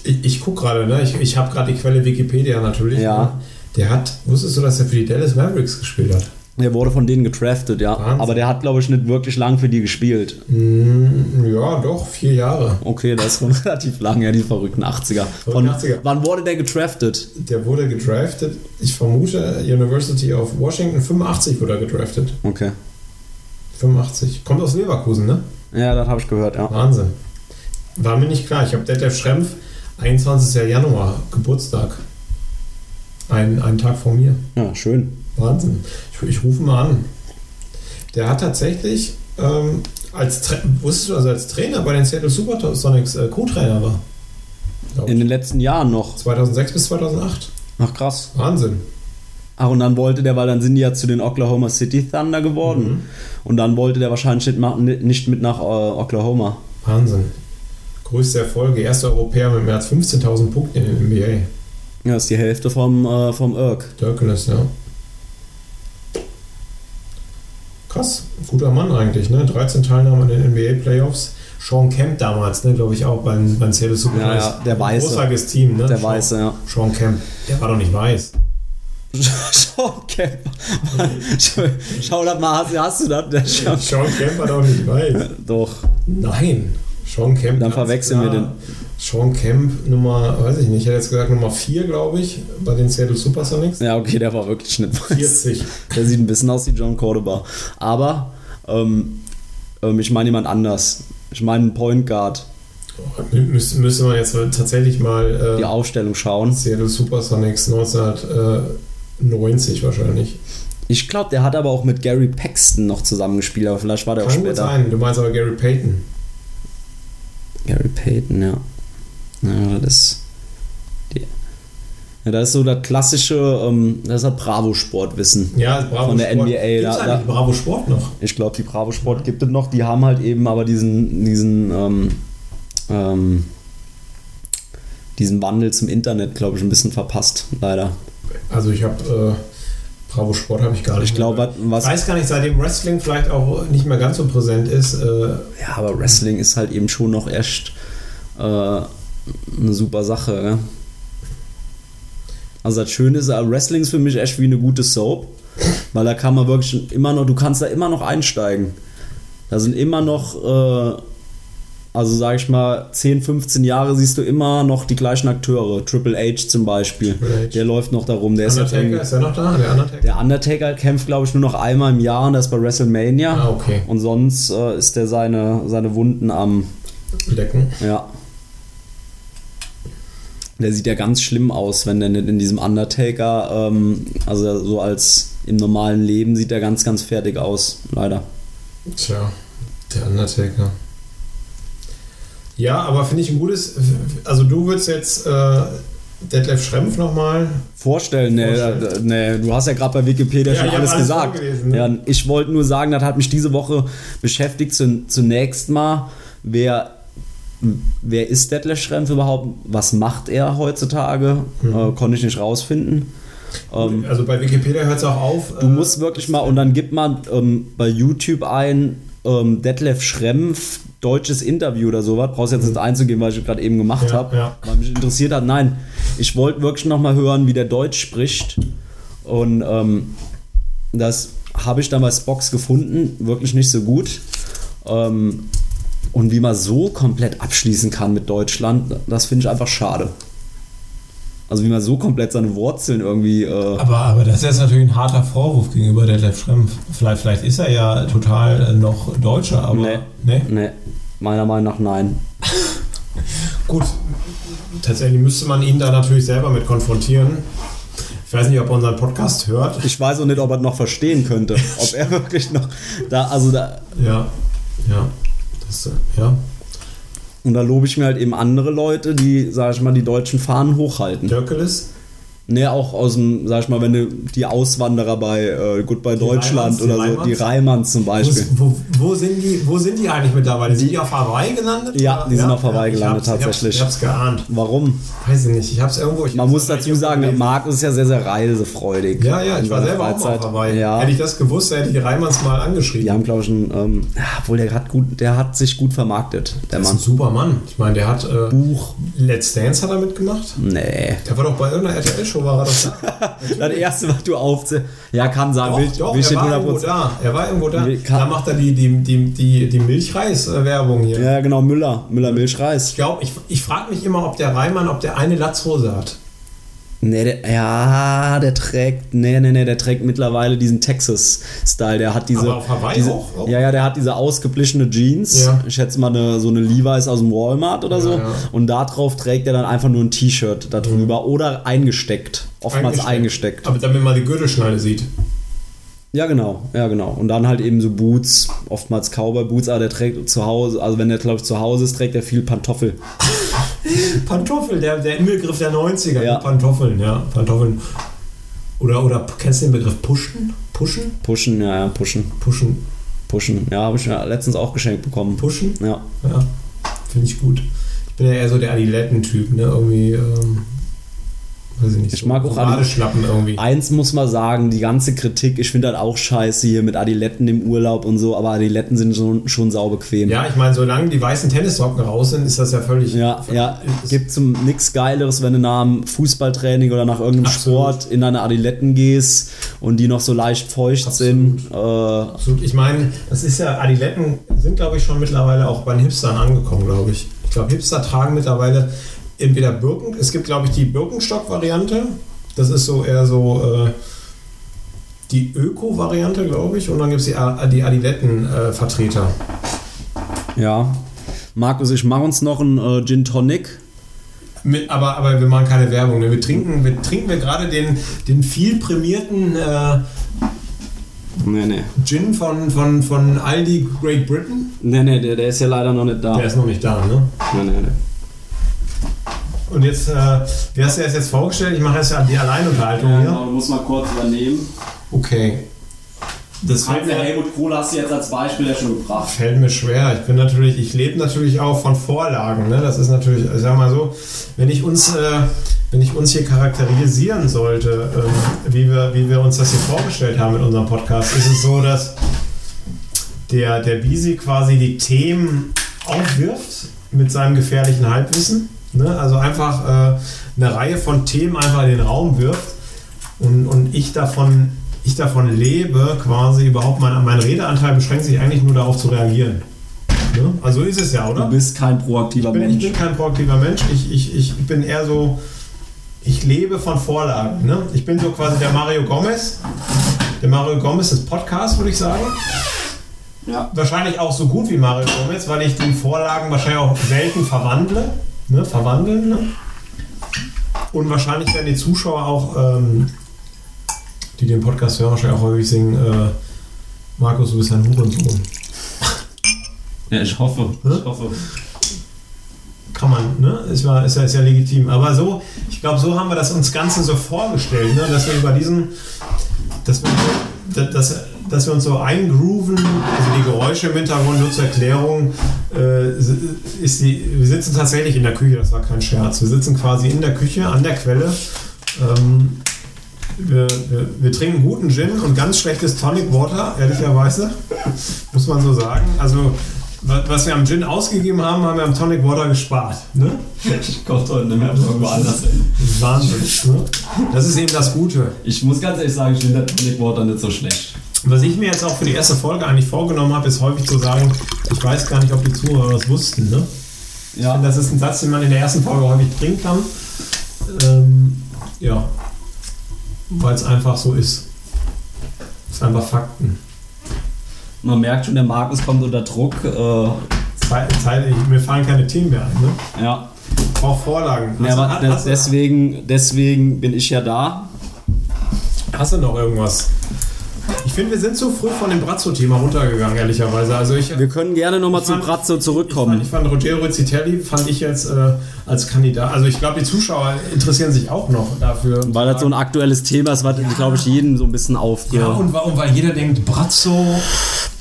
Speaker 2: Ich, ich gucke gerade, ne? Ich, ich habe gerade die Quelle Wikipedia natürlich.
Speaker 1: Ja.
Speaker 2: Ne? Der hat, wusstest du, dass er für die Dallas Mavericks gespielt hat?
Speaker 1: Der wurde von denen getraftet, ja.
Speaker 2: Wahnsinn.
Speaker 1: Aber der hat, glaube ich, nicht wirklich lang für die gespielt.
Speaker 2: Mm, ja, doch, vier Jahre.
Speaker 1: Okay, das ist schon relativ lang, ja, die verrückten 80er. Von,
Speaker 2: 80er.
Speaker 1: Wann wurde der getraftet?
Speaker 2: Der wurde gedraftet, ich vermute, University of Washington, 85 wurde er gedraftet.
Speaker 1: Okay.
Speaker 2: 85. Kommt aus Leverkusen, ne?
Speaker 1: Ja, das habe ich gehört, ja.
Speaker 2: Wahnsinn. War mir nicht klar. Ich habe Detlef Schrempf, 21. Januar, Geburtstag. Ein, einen Tag vor mir.
Speaker 1: Ja, schön.
Speaker 2: Wahnsinn. Ich, ich rufe mal an. Der hat tatsächlich, ähm, als Tra wusstest du, also als Trainer bei den Seattle Supersonics äh, Co-Trainer war. Glaub
Speaker 1: In
Speaker 2: ich.
Speaker 1: den letzten Jahren noch.
Speaker 2: 2006 bis 2008.
Speaker 1: Ach, krass.
Speaker 2: Wahnsinn.
Speaker 1: Ach, und dann wollte der, weil dann sind die ja zu den Oklahoma City Thunder geworden. Und dann wollte der wahrscheinlich nicht, ma- nicht mit nach äh, Oklahoma.
Speaker 2: Wahnsinn. Größte Erfolge. Erster Europäer mit mehr als 15.000 Punkten in der NBA.
Speaker 1: Ja, ist die Hälfte vom, äh, vom Irk.
Speaker 2: Dirkles, ja. Krass, guter Mann eigentlich, ne? 13 Teilnahmen an den NBA-Playoffs. Sean Kemp damals, ne, glaube ich, auch beim, beim Seattle Super
Speaker 1: Ja, ja, der Weiße.
Speaker 2: Großartiges Team, ne?
Speaker 1: Der
Speaker 2: Sean,
Speaker 1: Weiße, ja.
Speaker 2: Sean Kemp. Der war doch nicht weiß.
Speaker 1: Schau, Cap. Schau- Schau das mal, hast, hast du das? Der Schau-
Speaker 2: Sean Kemp war doch nicht weiß.
Speaker 1: Doch.
Speaker 2: Nein. Sean Kemp.
Speaker 1: Dann
Speaker 2: ganz
Speaker 1: verwechseln wir
Speaker 2: klar.
Speaker 1: den.
Speaker 2: Sean Kemp Nummer, weiß ich nicht, ich hätte jetzt gesagt Nummer 4, glaube ich, bei den Seattle Supersonics.
Speaker 1: Ja, okay, der war wirklich nicht weiß.
Speaker 2: 40.
Speaker 1: Der sieht ein bisschen aus wie John Cordoba. Aber ähm, ähm, ich meine jemand anders. Ich meine einen Point Guard.
Speaker 2: Mü müsste, müsste man jetzt tatsächlich mal. äh,
Speaker 1: Die Aufstellung schauen.
Speaker 2: Seattle Supersonics 1990 wahrscheinlich.
Speaker 1: Ich glaube, der hat aber auch mit Gary Paxton noch zusammengespielt, aber vielleicht war der auch
Speaker 2: Kann gut
Speaker 1: später.
Speaker 2: sein, du meinst aber Gary Payton.
Speaker 1: Gary Payton, ja. Ja, das ist. Die, ja, das ist so das klassische, ähm, das ist das Bravo-Sportwissen.
Speaker 2: Ja, also Bravo
Speaker 1: Von der
Speaker 2: Sport.
Speaker 1: NBA,
Speaker 2: Gibt's
Speaker 1: da-
Speaker 2: eigentlich
Speaker 1: da-
Speaker 2: Bravo Sport noch?
Speaker 1: Ich glaube, die Bravo Sport gibt es noch. Die haben halt eben aber diesen, diesen, ähm, ähm, diesen Wandel zum Internet, glaube ich, ein bisschen verpasst, leider.
Speaker 2: Also ich habe äh, Bravo Sport habe ich gar nicht.
Speaker 1: Ich glaube,
Speaker 2: mehr. ich
Speaker 1: was.
Speaker 2: weiß gar nicht, seitdem Wrestling vielleicht auch nicht mehr ganz so präsent ist. Äh,
Speaker 1: Ja, aber Wrestling ist halt eben schon noch echt äh, eine super Sache. Ne? Also das Schöne ist, äh, Wrestling ist für mich echt wie eine gute Soap, weil da kann man wirklich immer noch, du kannst da immer noch einsteigen. Da sind immer noch, äh, also sag ich mal, 10, 15 Jahre siehst du immer noch die gleichen Akteure. Triple H zum Beispiel,
Speaker 2: Triple H.
Speaker 1: der läuft noch da rum. Der ist, jetzt
Speaker 2: Undertaker,
Speaker 1: irgendwie-
Speaker 2: ist er noch da? Der Undertaker?
Speaker 1: der Undertaker kämpft, glaube ich, nur noch einmal im Jahr und das ist bei WrestleMania.
Speaker 2: ah, okay.
Speaker 1: Und sonst äh, ist der seine, seine Wunden am.
Speaker 2: Lecken.
Speaker 1: Ja. Der sieht ja ganz schlimm aus, wenn der nicht in diesem Undertaker, ähm, also so als im normalen Leben sieht er ganz, ganz fertig aus, leider.
Speaker 2: Tja, der Undertaker. Ja, aber finde ich ein gutes. Also, du würdest jetzt äh, Detlef Schrempf nochmal.
Speaker 1: Vorstellen, nee, äh,
Speaker 2: Vorstellen.
Speaker 1: nee, du hast ja gerade bei Wikipedia
Speaker 2: Ja,
Speaker 1: schon
Speaker 2: ich hab
Speaker 1: alles,
Speaker 2: alles
Speaker 1: gesagt.
Speaker 2: vorgelesen, ne?
Speaker 1: Ja, ich wollte nur sagen, das hat mich diese Woche beschäftigt. Zun- Zunächst mal, wer, wer ist Detlef Schrempf überhaupt? Was macht er heutzutage?
Speaker 2: Mhm.
Speaker 1: Äh, konnte ich nicht rausfinden. Ähm,
Speaker 2: Also bei Wikipedia hört es auch auf. äh,
Speaker 1: Du musst wirklich mal, und dann gibt man ähm, bei YouTube ein ähm, Detlef Schrempf deutsches Interview oder sowas. Brauchst jetzt nicht einzugehen, weil ich das gerade eben gemacht
Speaker 2: Mhm. Ja,
Speaker 1: habe,
Speaker 2: ja.
Speaker 1: weil mich interessiert hat. Nein, ich wollte wirklich noch mal hören, wie der Deutsch spricht. Und ähm, das habe ich dann bei Spox gefunden, wirklich nicht so gut. Ähm, und wie man so komplett abschließen kann mit Deutschland, das finde ich einfach schade. Also wie man so komplett seine Wurzeln irgendwie... Äh,
Speaker 2: Aber, aber das ist jetzt natürlich ein harter Vorwurf gegenüber Detlef Schrempf. Vielleicht, vielleicht ist er ja total äh, noch Deutscher, aber.
Speaker 1: Nee.
Speaker 2: Nee?
Speaker 1: Nee, meiner Meinung nach nein.
Speaker 2: Gut, tatsächlich müsste man ihn da natürlich selber mit konfrontieren. Ich weiß nicht, ob er unseren Podcast hört.
Speaker 1: Ich weiß auch nicht, ob er noch verstehen könnte. Ob er wirklich noch da, also da,
Speaker 2: Ja, ja. Das, äh, ja.
Speaker 1: und da lobe ich mir halt eben andere Leute, die, sag ich mal, die deutschen Fahnen hochhalten.
Speaker 2: Dörkelis?
Speaker 1: Nee, auch aus dem, sag ich mal, wenn du die Auswanderer bei äh, Goodbye
Speaker 2: Reimanns,
Speaker 1: Deutschland
Speaker 2: die
Speaker 1: oder so,
Speaker 2: Reimanns?
Speaker 1: die Reimanns zum
Speaker 2: Wo,
Speaker 1: Beispiel.
Speaker 2: ist- wo, wo, sind die, wo sind die eigentlich mittlerweile? Sind die auf Hawaii gelandet?
Speaker 1: Ja,
Speaker 2: Oder-
Speaker 1: die sind auf Hawaii
Speaker 2: ich
Speaker 1: gelandet,
Speaker 2: hab's-
Speaker 1: tatsächlich.
Speaker 2: Ich hab's, ich hab's geahnt.
Speaker 1: Warum?
Speaker 2: Weiß ich nicht, ich hab's irgendwo. Ich
Speaker 1: Man
Speaker 2: hab's
Speaker 1: muss dazu sagen, Marc ist ja sehr, sehr reisefreudig.
Speaker 2: Ja, ja, ich
Speaker 1: in
Speaker 2: war
Speaker 1: seiner
Speaker 2: selber auch mal auf
Speaker 1: Freizeit.
Speaker 2: Hawaii.
Speaker 1: Ja.
Speaker 2: Hätte ich das gewusst, hätte ich die Reimanns mal angeschrieben.
Speaker 1: Die haben, glaube ich, einen, ähm, ja, obwohl der hat gut, der hat sich gut vermarktet, der
Speaker 2: Das ist ein
Speaker 1: Mann.
Speaker 2: super Mann. Ich meine, der hat äh, Buch. Let's Dance hat er mitgemacht.
Speaker 1: Nee.
Speaker 2: Der war doch bei irgendeiner RTL-Show, war er doch da.
Speaker 1: Das erste, was du aufzählst. Ja, kann sein.
Speaker 2: Doch,
Speaker 1: will,
Speaker 2: doch,
Speaker 1: will
Speaker 2: er
Speaker 1: steht
Speaker 2: war irgendwo
Speaker 1: 100%.
Speaker 2: da. Er war irgendwo da.
Speaker 1: Will- kann-
Speaker 2: Da macht er die, die, die, die, die Milchreis-Werbung hier.
Speaker 1: Ja, genau, Müller. Müller Milchreis.
Speaker 2: Ich glaube, ich, ich frage mich immer, ob der Reimann, ob der eine Latzhose hat.
Speaker 1: Nee, der, ja, der trägt, nee, nee, nee, der trägt mittlerweile diesen Texas-Style. Der hat diese.
Speaker 2: Aber auf Hawaii
Speaker 1: diese,
Speaker 2: auch, oder?
Speaker 1: Ja, ja, der hat diese ausgeblichene Jeans.
Speaker 2: Ja.
Speaker 1: Ich schätze mal eine, so eine Levi's aus dem Walmart oder so.
Speaker 2: ja. Mhm.
Speaker 1: Und darauf trägt er dann einfach nur ein T-Shirt darüber oder eingesteckt. Oftmals eingesteckt.
Speaker 2: Aber damit man die Gürtelschneide sieht.
Speaker 1: Ja, genau, ja, genau. Und dann halt eben so Boots, oftmals Cowboy-Boots, aber der trägt zu Hause, also wenn der, glaube ich, zu Hause ist, trägt er viel Pantoffel.
Speaker 2: Pantoffel, der, der Inbegriff der 90er.
Speaker 1: Ja.
Speaker 2: Pantoffeln, ja. Pantoffeln. Oder, oder kennst du den Begriff Pushen? Pushen?
Speaker 1: Pushen, ja, ja, pushen.
Speaker 2: Pushen.
Speaker 1: Pushen. Ja, habe ich ja letztens auch geschenkt bekommen.
Speaker 2: Pushen?
Speaker 1: Ja.
Speaker 2: Ja. Finde ich gut. Ich bin ja eher so der Adiletten-Typ, ne? Irgendwie, ähm, weiß ich nicht.
Speaker 1: Ich mag auch Adi-
Speaker 2: Badeschlappen irgendwie.
Speaker 1: Eins muss man sagen, die ganze Kritik, ich finde das auch scheiße hier mit Adiletten im Urlaub und so, aber Adiletten sind schon, schon saubequem.
Speaker 2: Ja, ich meine, solange die weißen Tennissocken raus sind, ist das ja völlig.
Speaker 1: Ja, ja,
Speaker 2: ist-
Speaker 1: gibt zum nix Geileres, wenn du nach einem Fußballtraining oder nach irgendeinem
Speaker 2: Absolut.
Speaker 1: Sport in deine Adiletten gehst und die noch so leicht feucht sind. Äh,
Speaker 2: Absolut. Ich meine, das ist ja, Adiletten sind, glaube ich, schon mittlerweile auch bei den Hipstern angekommen, glaube ich. Ich glaube, Hipster tragen mittlerweile entweder Birken, es gibt, glaube ich, die Birkenstock-Variante. Das ist so eher so äh, die Öko-Variante, glaube ich. Und dann gibt es die, A- die Adiletten-Vertreter.
Speaker 1: ja. Markus, ich mache uns noch einen äh, Gin Tonic.
Speaker 2: Mit, aber, aber wir machen keine Werbung. Ne? Wir trinken, wir trinken wir gerade den, den viel prämierten äh,
Speaker 1: Nee, nee.
Speaker 2: Gin von, von, von Aldi Great Britain.
Speaker 1: Nee, nee, der, der ist ja leider noch nicht da.
Speaker 2: Der ist noch nicht da, ne?
Speaker 1: Nee, nee, nee.
Speaker 2: Und jetzt, äh, wie hast du das jetzt vorgestellt? Ich mache jetzt ja die Alleinunterhaltung
Speaker 1: Ja,
Speaker 2: hier.
Speaker 1: genau, du musst mal kurz übernehmen.
Speaker 2: Okay. Das fällt
Speaker 1: Der
Speaker 2: mir,
Speaker 1: Halt Helmut Kohl hast du jetzt als Beispiel ja schon gebracht.
Speaker 2: fällt mir schwer. Ich bin natürlich, ich lebe natürlich auch von Vorlagen. Ne? Das ist natürlich, ich sag mal so, wenn ich uns, äh, wenn ich uns hier charakterisieren sollte, ähm, wie, wir, wie wir uns das hier vorgestellt haben mit unserem Podcast, ist es so, dass der, der Bisi quasi die Themen aufwirft mit seinem gefährlichen Halbwissen. Ne? Also einfach äh, eine Reihe von Themen einfach in den Raum wirft und, und ich davon ich davon lebe, quasi überhaupt mein, mein Redeanteil beschränkt sich eigentlich nur darauf zu reagieren. Ne? Also ist es ja,
Speaker 1: Du
Speaker 2: oder?
Speaker 1: bist kein proaktiver
Speaker 2: Ich bin, ich bin
Speaker 1: Mensch.
Speaker 2: kein proaktiver Mensch. Ich, ich, ich bin eher so, ich lebe von Vorlagen. Ne? Ich bin so quasi der Mario Gomez. Der Mario Gomez des Podcasts, würde ich sagen.
Speaker 1: Ja.
Speaker 2: Wahrscheinlich auch so gut wie Mario Gomez, weil ich die Vorlagen wahrscheinlich auch selten verwandle. Ne? Verwandeln. Ne? Und wahrscheinlich werden die Zuschauer auch, ähm, die den Podcast hören, wahrscheinlich auch häufig singen, äh, Markus, du bist ein Hurensohn.
Speaker 1: ja, ich hoffe. Ich hoffe.
Speaker 2: Kann kann man, ne? Ist, war, ist, ja- ist ja legitim. Aber so, ich glaube, so haben wir das uns Ganze so vorgestellt, ne? Dass wir über diesen, dass wir, da- dass, dass wir uns so eingrooven, also die Geräusche im Hintergrund, nur zur Erklärung, äh, ist die, wir sitzen tatsächlich in der Küche, das war kein Scherz. Wir sitzen quasi in der Küche, an der Quelle. Ähm, wir, wir, wir trinken guten Gin und ganz schlechtes Tonic Water, ehrlicherweise. Muss man so sagen. Also, wa- was wir am Gin ausgegeben haben, haben wir am Tonic Water gespart. Ne?
Speaker 1: Ich komme heute nicht mehr irgendwo anders hin.
Speaker 2: Wahnsinn. Ne? Das ist eben das Gute.
Speaker 1: Ich muss ganz ehrlich sagen, ich finde das Tonic Water nicht so schlecht.
Speaker 2: Was ich mir jetzt auch für die erste Folge eigentlich vorgenommen habe, ist häufig zu sagen, ich weiß gar nicht, ob die Zuhörer das wussten. Ne?
Speaker 1: Ja,
Speaker 2: Und das ist ein Satz, den man in der ersten Folge häufig bringen kann. Ähm, ja. Weil es einfach so ist. Es ist einfach Fakten.
Speaker 1: man merkt schon, der Markus kommt unter Druck. Äh,
Speaker 2: Zeit, Zeit, ich, mir fallen keine Themen mehr ein. Ne?
Speaker 1: ja,
Speaker 2: Ich brauche Vorlagen. Also
Speaker 1: ja aber
Speaker 2: hast,
Speaker 1: de-
Speaker 2: hast, hast,
Speaker 1: deswegen, deswegen bin ich ja da.
Speaker 2: hast du noch irgendwas? Ich finde, wir sind zu früh von dem Brazzo-Thema runtergegangen, ehrlicherweise. Also ich,
Speaker 1: Wir können gerne nochmal
Speaker 2: Ich
Speaker 1: zum
Speaker 2: fand-
Speaker 1: Brazzo
Speaker 2: Ich
Speaker 1: zurückkommen.
Speaker 2: fand, ich fand Ruggero Citelli fand ich jetzt äh, als Kandidat. Also ich glaube, die Zuschauer interessieren sich auch noch dafür.
Speaker 1: Weil das so ein aktuelles Thema ist, was, glaube ich, jedem so ein bisschen aufgeht.
Speaker 2: ja, und, wa- und weil jeder denkt, Brazzo,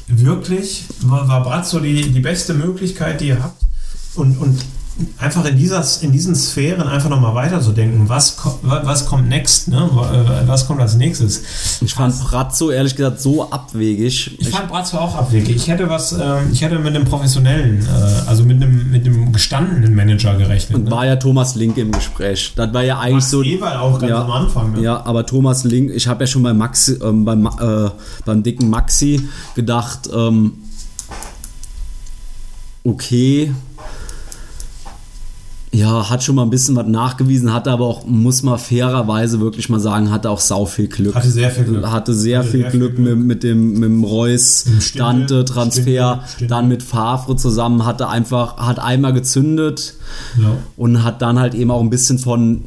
Speaker 2: wirklich? War, war Brazzo die, die beste Möglichkeit, die ihr habt? Und, und einfach in, dieser, in diesen Sphären einfach nochmal weiterzudenken. Was, ko wa- was kommt next? Ne? Wa- äh, Was kommt als nächstes?
Speaker 1: Ich fand Brazzo ehrlich gesagt so abwegig.
Speaker 2: Ich fand Bratzo auch abwegig. Ich hätte was, ähm, ich hätte mit einem professionellen, äh, also mit einem, mit einem gestandenen Manager gerechnet. ne?
Speaker 1: Und war ja Thomas Link im Gespräch. Das war ja eigentlich
Speaker 2: Max
Speaker 1: so.
Speaker 2: Eberl auch ganz
Speaker 1: ja.
Speaker 2: am Anfang. Ne?
Speaker 1: Ja, aber Thomas Link, ich habe ja schon bei Maxi, ähm, beim, Ma- äh, beim dicken Maxi gedacht, ähm, okay, ja, hat schon mal ein bisschen was nachgewiesen, hatte aber auch, muss man fairerweise wirklich mal sagen, hatte auch sau viel Glück.
Speaker 2: Hatte sehr viel Glück.
Speaker 1: Hatte sehr
Speaker 2: Hatte
Speaker 1: viel
Speaker 2: sehr viel
Speaker 1: Glück, mit, mit dem, mit dem Reus,
Speaker 2: Mit dem Stindl,
Speaker 1: Dante-Transfer,
Speaker 2: Stindl, Stindl.
Speaker 1: dann mit Favre zusammen, hatte einfach, hat einmal gezündet
Speaker 2: Ja.
Speaker 1: und hat dann halt eben auch ein bisschen von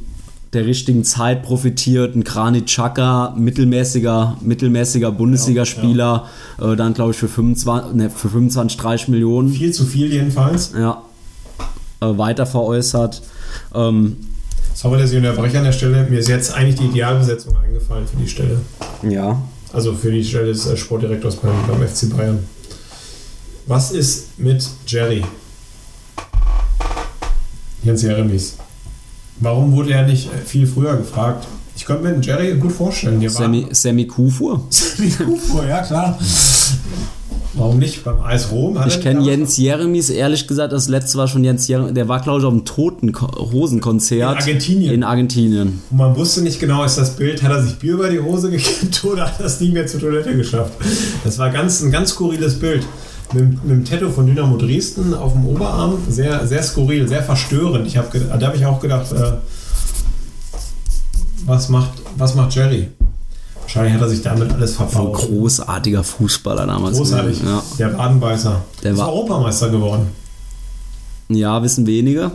Speaker 1: der richtigen Zeit profitiert. Ein Granit Xhaka, mittelmäßiger, mittelmäßiger Bundesligaspieler, äh, dann glaube ich für 25, ne, für 25, 30 Millionen
Speaker 2: Viel zu viel jedenfalls.
Speaker 1: ja, äh, weiter veräußert. Ähm,
Speaker 2: Sorry, dass ich unterbreche an der Stelle. Mir ist jetzt eigentlich die Idealbesetzung eingefallen für die Stelle.
Speaker 1: ja.
Speaker 2: Also für die Stelle des äh, Sportdirektors beim, beim FC Bayern. Was ist mit Jerry? Jens Jeremies. Warum wurde er nicht äh, viel früher gefragt? Ich könnte mir den Jerry gut vorstellen. Der war-
Speaker 1: Sammy, Sammy Kufur.
Speaker 2: Sammy Kufo, ja klar. Warum nicht? Beim Eis Rom hat er
Speaker 1: Ich
Speaker 2: nicht
Speaker 1: kenne
Speaker 2: damals-
Speaker 1: Jens Jeremies ehrlich gesagt, das letzte war schon Jens Jeremies, der war glaube ich auf einem toten Hosenkonzert
Speaker 2: In Argentinien.
Speaker 1: In Argentinien.
Speaker 2: Und man wusste nicht genau, ist das Bild, hat er sich Bier über die Hose gekippt oder hat das nie mehr zur Toilette geschafft. Das war ganz, ein ganz skurriles Bild. Mit, dem- mit dem Tattoo von Dynamo Dresden auf dem Oberarm. Sehr, sehr skurril, sehr verstörend. Ich hab, ge- da habe ich auch gedacht, äh, was, macht, was macht Jerry? Wahrscheinlich hat er sich damit alles
Speaker 1: Ein
Speaker 2: verbaut.
Speaker 1: großartiger Fußballer damals.
Speaker 2: Oh. Großartig.
Speaker 1: Ja.
Speaker 2: Der Badenbeißer.
Speaker 1: Der
Speaker 2: ist
Speaker 1: war-
Speaker 2: Europameister geworden.
Speaker 1: Ja, wissen wenige.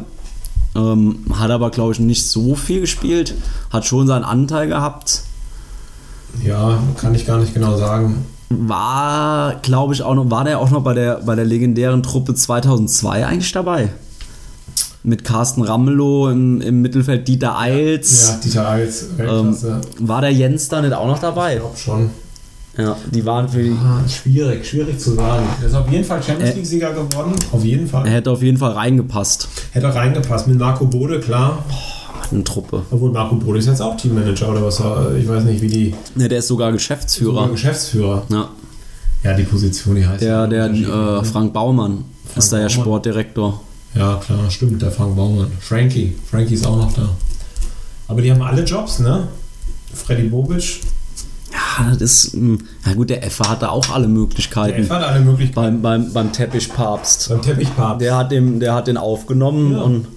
Speaker 1: Ähm, hat aber, glaube ich, nicht so viel gespielt. Hat schon seinen Anteil gehabt.
Speaker 2: Ja, kann ich gar nicht genau sagen.
Speaker 1: War, glaube ich, auch noch, war der auch noch bei der, bei der legendären Truppe 2002 eigentlich dabei? Mit Carsten Ramelow im, im Mittelfeld, Dieter
Speaker 2: Ja,
Speaker 1: Eils. Ähm,
Speaker 2: Dieter Eils, Weltklasse.
Speaker 1: War der Jens da nicht auch noch
Speaker 2: ich
Speaker 1: dabei?
Speaker 2: glaube schon.
Speaker 1: Ja, die waren für die.
Speaker 2: Ah, schwierig, schwierig zu sagen. Er ist auf jeden Fall Champions
Speaker 1: Äh.
Speaker 2: League-Sieger geworden. Auf jeden Fall.
Speaker 1: Er hätte auf jeden Fall reingepasst.
Speaker 2: Hätte auch reingepasst mit Marco Bode, klar.
Speaker 1: Eine Truppe.
Speaker 2: Obwohl Marco Bode ist jetzt auch Teammanager oder was. äh, Ich weiß nicht, wie die
Speaker 1: Ja, der ist sogar
Speaker 2: sogar
Speaker 1: Geschäftsführer.
Speaker 2: Geschäftsführer.
Speaker 1: Ja,
Speaker 2: Ja, die Position, die heißt.
Speaker 1: der, der
Speaker 2: ja,
Speaker 1: äh, Frank Baumann ist da ja
Speaker 2: Baumann.
Speaker 1: Sportdirektor.
Speaker 2: ja, klar, stimmt. Der Frank Baumann. Frankie. Frankie ist auch noch da. Aber die haben alle Jobs, ne? Freddy Bobic.
Speaker 1: Ja, das ist. mh, Na gut, der Effe hatte auch alle
Speaker 2: Der
Speaker 1: Möglichkeiten.
Speaker 2: F hat alle
Speaker 1: Beim,
Speaker 2: Möglichkeiten.
Speaker 1: beim, beim Teppichpapst.
Speaker 2: Beim Teppichpapst.
Speaker 1: Der hat, dem, der hat den aufgenommen
Speaker 2: Ja.
Speaker 1: und.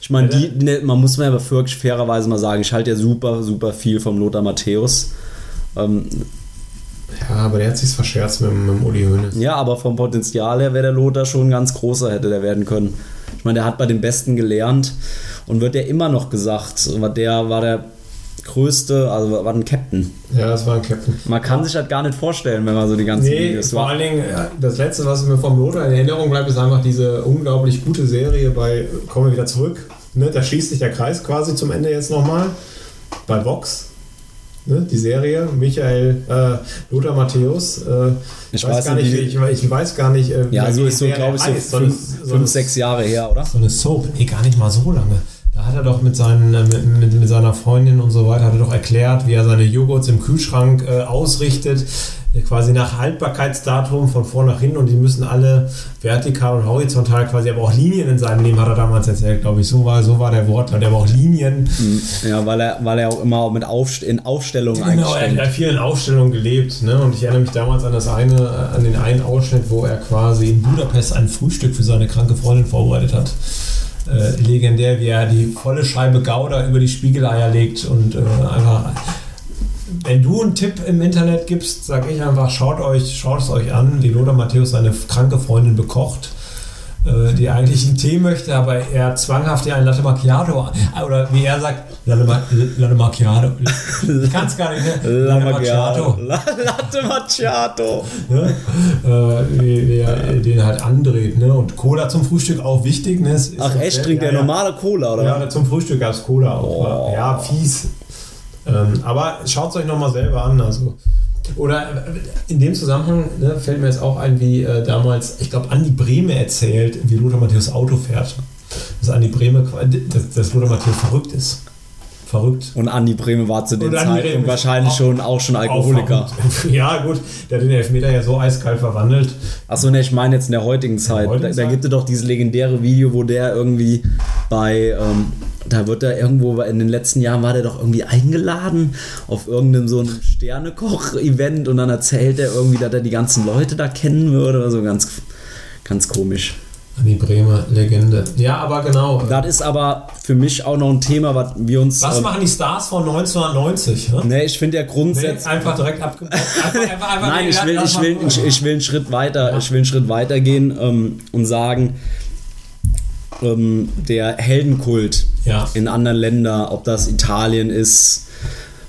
Speaker 1: Ich meine,
Speaker 2: Ja,
Speaker 1: die, ne, man muss mir aber wirklich fairerweise mal sagen, ich halte ja super, super viel vom Lothar Matthäus. Ähm,
Speaker 2: Ja, aber der hat sich's verscherzt mit, dem- mit dem Uli Hoeneß.
Speaker 1: ja, aber vom Potenzial her wäre der Lothar schon ein ganz großer, hätte der werden können. Ich meine, der hat bei den Besten gelernt und wird ja immer noch gesagt, war der war der größte, also war ein Captain.
Speaker 2: Ja, das war ein Captain.
Speaker 1: Man kann sich das gar nicht vorstellen, wenn man so die ganzen
Speaker 2: Nee,
Speaker 1: Videos
Speaker 2: vor allen Dingen, ja, das letzte, was mir vom Lothar in Erinnerung bleibt, ist einfach diese unglaublich gute Serie bei, kommen wir wieder zurück, ne, da schließt sich der Kreis quasi zum Ende jetzt nochmal, bei Vox, ne, die Serie, Michael, äh, Lothar Matthäus, äh,
Speaker 1: Ich weiß
Speaker 2: gar
Speaker 1: nicht,
Speaker 2: nicht,
Speaker 1: wie-
Speaker 2: ich, ich weiß gar nicht, äh, wie
Speaker 1: Ja,
Speaker 2: lange
Speaker 1: so
Speaker 2: die
Speaker 1: ist so,
Speaker 2: Serie
Speaker 1: glaube ich, so
Speaker 2: heißt, so
Speaker 1: fünf,
Speaker 2: eine- so eine-
Speaker 1: fünf, sechs Jahre her, oder?
Speaker 2: So eine Soap, nee, gar nicht mal so lange. Da hat er doch mit, seinen, äh, mit, mit, mit seiner Freundin und so weiter, hat er doch erklärt, wie er seine Joghurts im Kühlschrank äh, ausrichtet, äh, quasi nach Haltbarkeitsdatum von vor nach hin und die müssen alle vertikal und horizontal quasi, aber auch Linien in seinem Leben hat er damals erzählt, glaube ich. So war, so war der Wortlaut, aber auch Linien.
Speaker 1: Ja, weil er, weil er auch immer mit Aufst in Aufstellungen
Speaker 2: Genau, er hat
Speaker 1: eingestellt
Speaker 2: bei vielen Aufstellungen gelebt. Ne? Und ich erinnere mich damals an das eine, äh, an den einen Ausschnitt, wo er quasi in Budapest ein Frühstück für seine kranke Freundin vorbereitet hat. Äh, legendär, wie er die volle Scheibe Gouda über die Spiegeleier legt und äh, einfach. Wenn du einen Tipp im Internet gibst, sag ich einfach, schaut euch, schaut es euch an, wie Lothar Matthäus seine kranke Freundin bekocht äh, die eigentlich einen Tee möchte, aber er zwanghaft ihr einen Latte Macchiato oder wie er sagt, Latte, Ma Latte Macchiato. Ich kann es gar nicht. Ne?
Speaker 1: La Macchiato. La Latte Macchiato.
Speaker 2: Ne? Äh, wie, wie er den halt andreht. Ne? Und Cola zum Frühstück auch wichtig. Ne? Es ist-
Speaker 1: Ach echt, trinkt
Speaker 2: ja,
Speaker 1: der normale Cola,
Speaker 2: Ja,
Speaker 1: oder?
Speaker 2: ja zum Frühstück gab es Cola auch. ne?
Speaker 1: Oh.
Speaker 2: Ja, fies. Ähm, aber schaut es euch nochmal selber an. Also. Oder äh, in dem Zusammenhang ne, fällt mir jetzt auch ein, wie äh, damals, ich glaube, Andi Brehme erzählt, wie Lothar Matthäus Auto fährt. Dass Andi Brehme, qua- dass, dass Lothar Matthäus verrückt ist. Verrückt.
Speaker 1: Und Andi Breme war zu dem
Speaker 2: Und Andi
Speaker 1: Zeitpunkt
Speaker 2: Brehme.
Speaker 1: wahrscheinlich schon auch schon Alkoholiker.
Speaker 2: Aufwachend. Ja, gut, der hat den Elfmeter ja so eiskalt verwandelt.
Speaker 1: Achso, ne, ich meine jetzt in der heutigen Zeit.
Speaker 2: heutigen
Speaker 1: da, da
Speaker 2: Zeit?
Speaker 1: gibt es doch dieses legendäre Video, wo der irgendwie bei, ähm, da wird er irgendwo, in den letzten Jahren war der doch irgendwie eingeladen auf irgendeinem so einem Sternekoch-Event und dann erzählt er irgendwie, dass er die ganzen Leute da kennen würde oder so. Ganz, ganz komisch.
Speaker 2: Andi Brehme, Legende. Ja, aber genau.
Speaker 1: Das ist aber für mich auch noch ein Thema, was wir uns. äh,
Speaker 2: Was machen die Stars von 1990? Ne?
Speaker 1: Ne, ich finde ja grundsätzlich.
Speaker 2: Nee, einfach direkt abgebrochen. Einfach- einfach- einfach
Speaker 1: Nein,
Speaker 2: nee,
Speaker 1: ich
Speaker 2: lass-
Speaker 1: will,
Speaker 2: lass
Speaker 1: ich
Speaker 2: mal
Speaker 1: will,
Speaker 2: gucken.
Speaker 1: ich, ich will einen Schritt weiter, ich will einen Schritt weiter gehen ähm, und sagen, ähm, der Heldenkult
Speaker 2: Ja.
Speaker 1: in anderen Ländern, ob das Italien ist,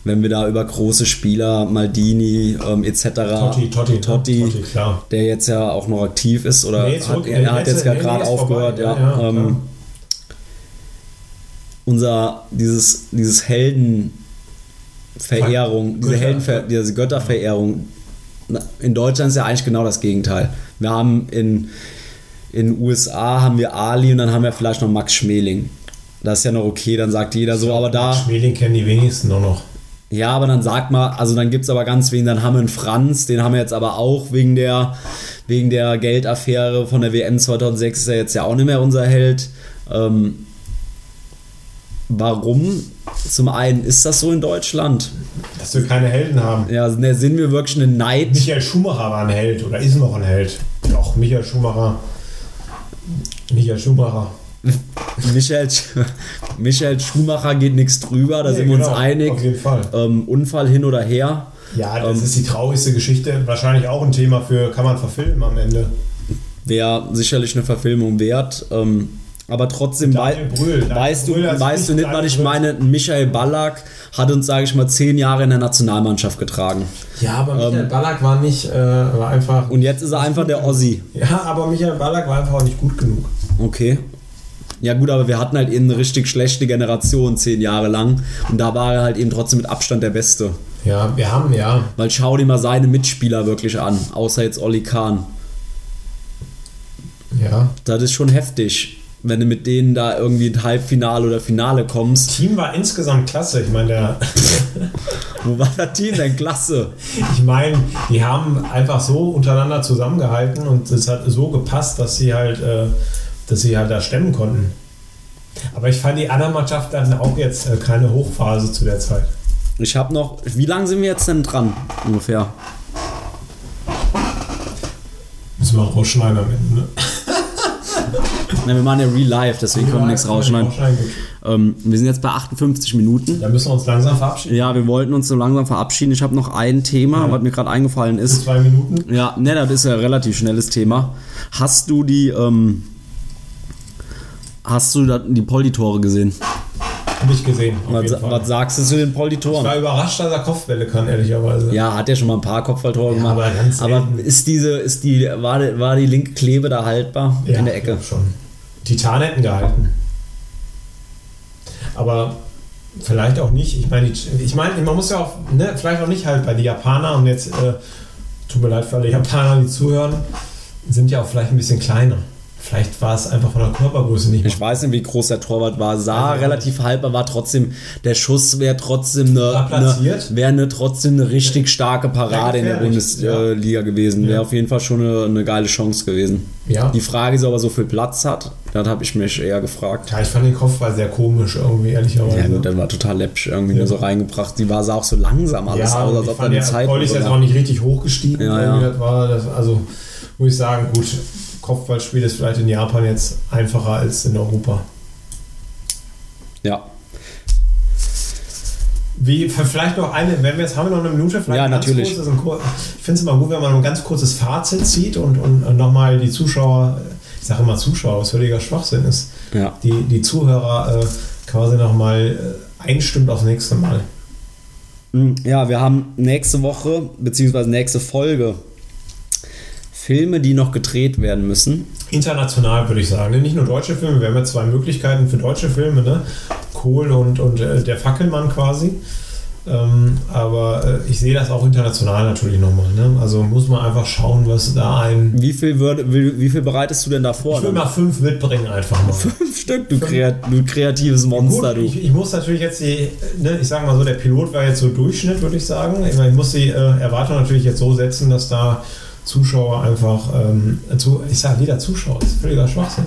Speaker 1: wenn wir da über große Spieler, Maldini ähm, etc.
Speaker 2: Totti, Totti,
Speaker 1: Totti,
Speaker 2: ne? Totti, klar.
Speaker 1: der jetzt ja auch noch aktiv ist oder
Speaker 2: Nee,
Speaker 1: hat,
Speaker 2: zurück,
Speaker 1: er,
Speaker 2: nee,
Speaker 1: hat jetzt
Speaker 2: letzte-
Speaker 1: ja
Speaker 2: nee,
Speaker 1: gerade
Speaker 2: nee, ist
Speaker 1: aufgehört,
Speaker 2: vorbei,
Speaker 1: ja.
Speaker 2: ja, ja,
Speaker 1: ähm,
Speaker 2: klar.
Speaker 1: unser dieses dieses Helden Verehrung, diese
Speaker 2: Götter.
Speaker 1: Heldenver diese Götterverehrung. Na, In Deutschland ist ja eigentlich genau das Gegenteil. Wir haben in in USA haben wir Ali und dann haben wir vielleicht noch Max Schmeling. Das ist ja noch okay, dann sagt jeder so, aber da.
Speaker 2: Schmeling kennen die wenigsten nur noch.
Speaker 1: Ja, aber dann sagt mal, also dann gibt es aber ganz wen, dann haben wir einen Franz, den haben wir jetzt aber auch wegen der, wegen der Geldaffäre von der WM 2006 ist er jetzt ja auch nicht mehr unser Held. Ähm, warum? Zum einen ist das so in Deutschland.
Speaker 2: Dass wir keine Helden haben.
Speaker 1: Ja, ne, sind wir wirklich eine Neid?
Speaker 2: Michael Schumacher war ein Held oder ist noch ein Held. Doch, Michael Schumacher. Michael Schumacher.
Speaker 1: Michael, Sch- Michael Schumacher geht nichts drüber, da
Speaker 2: Nee,
Speaker 1: sind wir uns
Speaker 2: genau,
Speaker 1: einig.
Speaker 2: Auf jeden Fall.
Speaker 1: Ähm, Unfall hin oder her.
Speaker 2: Ja, das
Speaker 1: Ähm,
Speaker 2: ist die traurigste Geschichte. Wahrscheinlich auch ein Thema für, kann man verfilmen am Ende.
Speaker 1: Wäre sicherlich eine Verfilmung wert. Ähm, aber trotzdem
Speaker 2: Daniel
Speaker 1: wei-
Speaker 2: Brühl, Daniel
Speaker 1: weißt du,
Speaker 2: Brühl als
Speaker 1: weißt du
Speaker 2: nicht
Speaker 1: nicht, was ich
Speaker 2: Daniel
Speaker 1: meine. Michael Ballack hat uns, sage ich mal, zehn Jahre in der Nationalmannschaft getragen.
Speaker 2: Ja, aber Michael
Speaker 1: Ähm,
Speaker 2: Ballack war nicht, äh, war einfach.
Speaker 1: Und jetzt ist er einfach der Ossi.
Speaker 2: Ja, aber Michael Ballack war einfach auch nicht gut genug.
Speaker 1: Okay. Ja gut, aber wir hatten halt eben eine richtig schlechte Generation zehn Jahre lang. Und da war er halt eben trotzdem mit Abstand der Beste.
Speaker 2: Ja, wir haben ja.
Speaker 1: Weil schau dir mal seine Mitspieler wirklich an, außer jetzt Olli Kahn.
Speaker 2: Ja.
Speaker 1: Das ist schon heftig, wenn du mit denen da irgendwie ins Halbfinale oder Finale kommst.
Speaker 2: Team war insgesamt klasse. Ich meine, der,
Speaker 1: Wo war das Team denn? Klasse.
Speaker 2: ich meine, die haben einfach so untereinander zusammengehalten und es hat so gepasst, dass sie halt, äh, dass sie halt da stemmen konnten. Aber ich fand die anderen Mannschaft hatten auch jetzt äh, keine Hochphase zu der Zeit.
Speaker 1: Ich habe noch. Wie lange sind wir jetzt denn dran? Ungefähr.
Speaker 2: Müssen wir auch rausschneiden am Ende, ne?
Speaker 1: Ne, wir machen ja Real Life, deswegen können wir nichts rausschneiden.
Speaker 2: gut.
Speaker 1: Ähm, wir sind jetzt bei 58 Minuten.
Speaker 2: Dann müssen wir uns langsam verabschieden.
Speaker 1: Ja, wir wollten uns so langsam verabschieden. Ich habe noch ein Thema, was mir gerade eingefallen ist.
Speaker 2: Zwei Minuten.
Speaker 1: Ja, ne, das ist ja ein relativ schnelles Thema. Hast du die, ähm, hast du da, die Poldi-Tore gesehen?
Speaker 2: Nicht gesehen. auf
Speaker 1: Was,
Speaker 2: jeden Fall.
Speaker 1: was sagst du zu den
Speaker 2: Ich
Speaker 1: Politoren?
Speaker 2: war überrascht, dass er Kopfbälle kann, ehrlicherweise.
Speaker 1: Ja, hat ja schon mal ein paar Kopfballtore gemacht.
Speaker 2: aber ganz
Speaker 1: aber
Speaker 2: selten.
Speaker 1: ist diese, ist die, war, die- war die linke Klebe da haltbar in der
Speaker 2: ich
Speaker 1: Ecke?
Speaker 2: glaub Schon. Titan hätten gehalten. Aber vielleicht auch nicht. Ich meine, die- ich meine, man muss ja auch, ne, vielleicht auch nicht halt bei die Japaner und jetzt, äh, tut mir leid für alle Japaner, die zuhören, sind ja auch vielleicht ein bisschen kleiner. Vielleicht war es einfach von der Körpergröße nicht.
Speaker 1: Ich weiß nicht, wie groß der Torwart war. Sah
Speaker 2: Also-
Speaker 1: relativ haltbar, war trotzdem, der Schuss wäre trotzdem ne, eine,
Speaker 2: War
Speaker 1: eine,
Speaker 2: platziert.
Speaker 1: wäre eine, ne, trotzdem eine richtig starke Parade in der
Speaker 2: gefährlich, ja.
Speaker 1: Bundesliga gewesen. Wäre
Speaker 2: Ja.
Speaker 1: auf jeden Fall schon eine, eine geile Chance gewesen.
Speaker 2: Ja.
Speaker 1: Die Frage ist, ob er so viel Platz hat. Das habe ich mich eher gefragt.
Speaker 2: ja, ich fand den Kopfball sehr komisch irgendwie, ehrlicherweise.
Speaker 1: Ja, gut, das war total läppisch, irgendwie
Speaker 2: ne? Ja.
Speaker 1: nur so reingebracht. Die war sah auch so langsam alles aus, als
Speaker 2: ich
Speaker 1: ob da
Speaker 2: fand
Speaker 1: eine
Speaker 2: ja,
Speaker 1: Zeit
Speaker 2: Pauli ist jetzt
Speaker 1: oder-
Speaker 2: auch nicht richtig hochgestiegen.
Speaker 1: Ja,
Speaker 2: Irgendwie,
Speaker 1: ja.
Speaker 2: Das war, das, also muss ich sagen, gut, Kopfballspiel ist vielleicht in Japan jetzt einfacher als in Europa.
Speaker 1: Ja,
Speaker 2: Wie, vielleicht noch eine, wenn wir jetzt haben wir noch eine Minute, vielleicht
Speaker 1: Ja,
Speaker 2: ein ganz
Speaker 1: natürlich.
Speaker 2: Kurzes, ein, kur- ich finde es immer gut, wenn man ein ganz kurzes Fazit zieht und, und, und nochmal die Zuschauer, ich sage immer Zuschauer, was völliger Schwachsinn ist,
Speaker 1: ja.
Speaker 2: die, die Zuhörer äh, quasi nochmal äh, einstimmt aufs nächste Mal.
Speaker 1: Mm, Ja, wir haben nächste Woche, beziehungsweise nächste Folge, Filme, die noch gedreht werden müssen.
Speaker 2: International würde ich sagen. ne? Nicht nur deutsche Filme, wir haben ja zwei Möglichkeiten für deutsche Filme, ne? Kohl und, und äh, der Fackelmann quasi. Ähm, aber äh, ich sehe das auch international natürlich nochmal. Ne? Also muss man einfach schauen, was da ein.
Speaker 1: Wie viel, würde, wie, wie viel bereitest du denn da vor?
Speaker 2: Ich will mal fünf mitbringen einfach mal.
Speaker 1: Fünf Stück, du, kreat, du kreatives
Speaker 2: Gut,
Speaker 1: Monster, du.
Speaker 2: ich, ich muss natürlich jetzt die, ne, ich sag mal so, der Pilot war jetzt so Durchschnitt, würde ich sagen. Ich, meine, ich muss die äh, Erwartung natürlich jetzt so setzen, dass da Zuschauer einfach, ähm, zu, ich sag wieder Zuschauer, ist völliger Schwachsinn,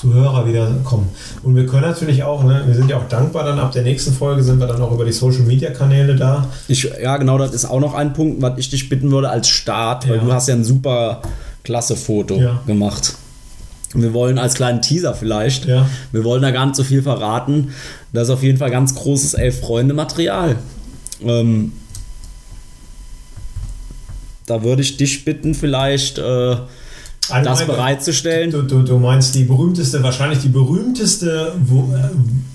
Speaker 2: Zuhörer wieder kommen. Und wir können natürlich auch, ne, wir sind ja auch dankbar dann, ab der nächsten Folge sind wir dann auch über die Social Media Kanäle da.
Speaker 1: Ich, ja, genau, das ist auch noch ein Punkt, was ich dich bitten würde als Start, weil
Speaker 2: Ja.
Speaker 1: du hast ja ein super klasse Foto
Speaker 2: Ja.
Speaker 1: gemacht. Und Wir wollen als kleinen Teaser vielleicht,
Speaker 2: Ja.
Speaker 1: wir wollen da gar nicht so viel verraten, das ist auf jeden Fall ganz großes Elf-Freunde-Material. Ähm, da würde ich dich bitten, vielleicht äh,
Speaker 2: Halt
Speaker 1: das
Speaker 2: Allgemein-
Speaker 1: bereitzustellen.
Speaker 2: Du, du, du meinst die berühmteste, wahrscheinlich die berühmteste, wo, äh,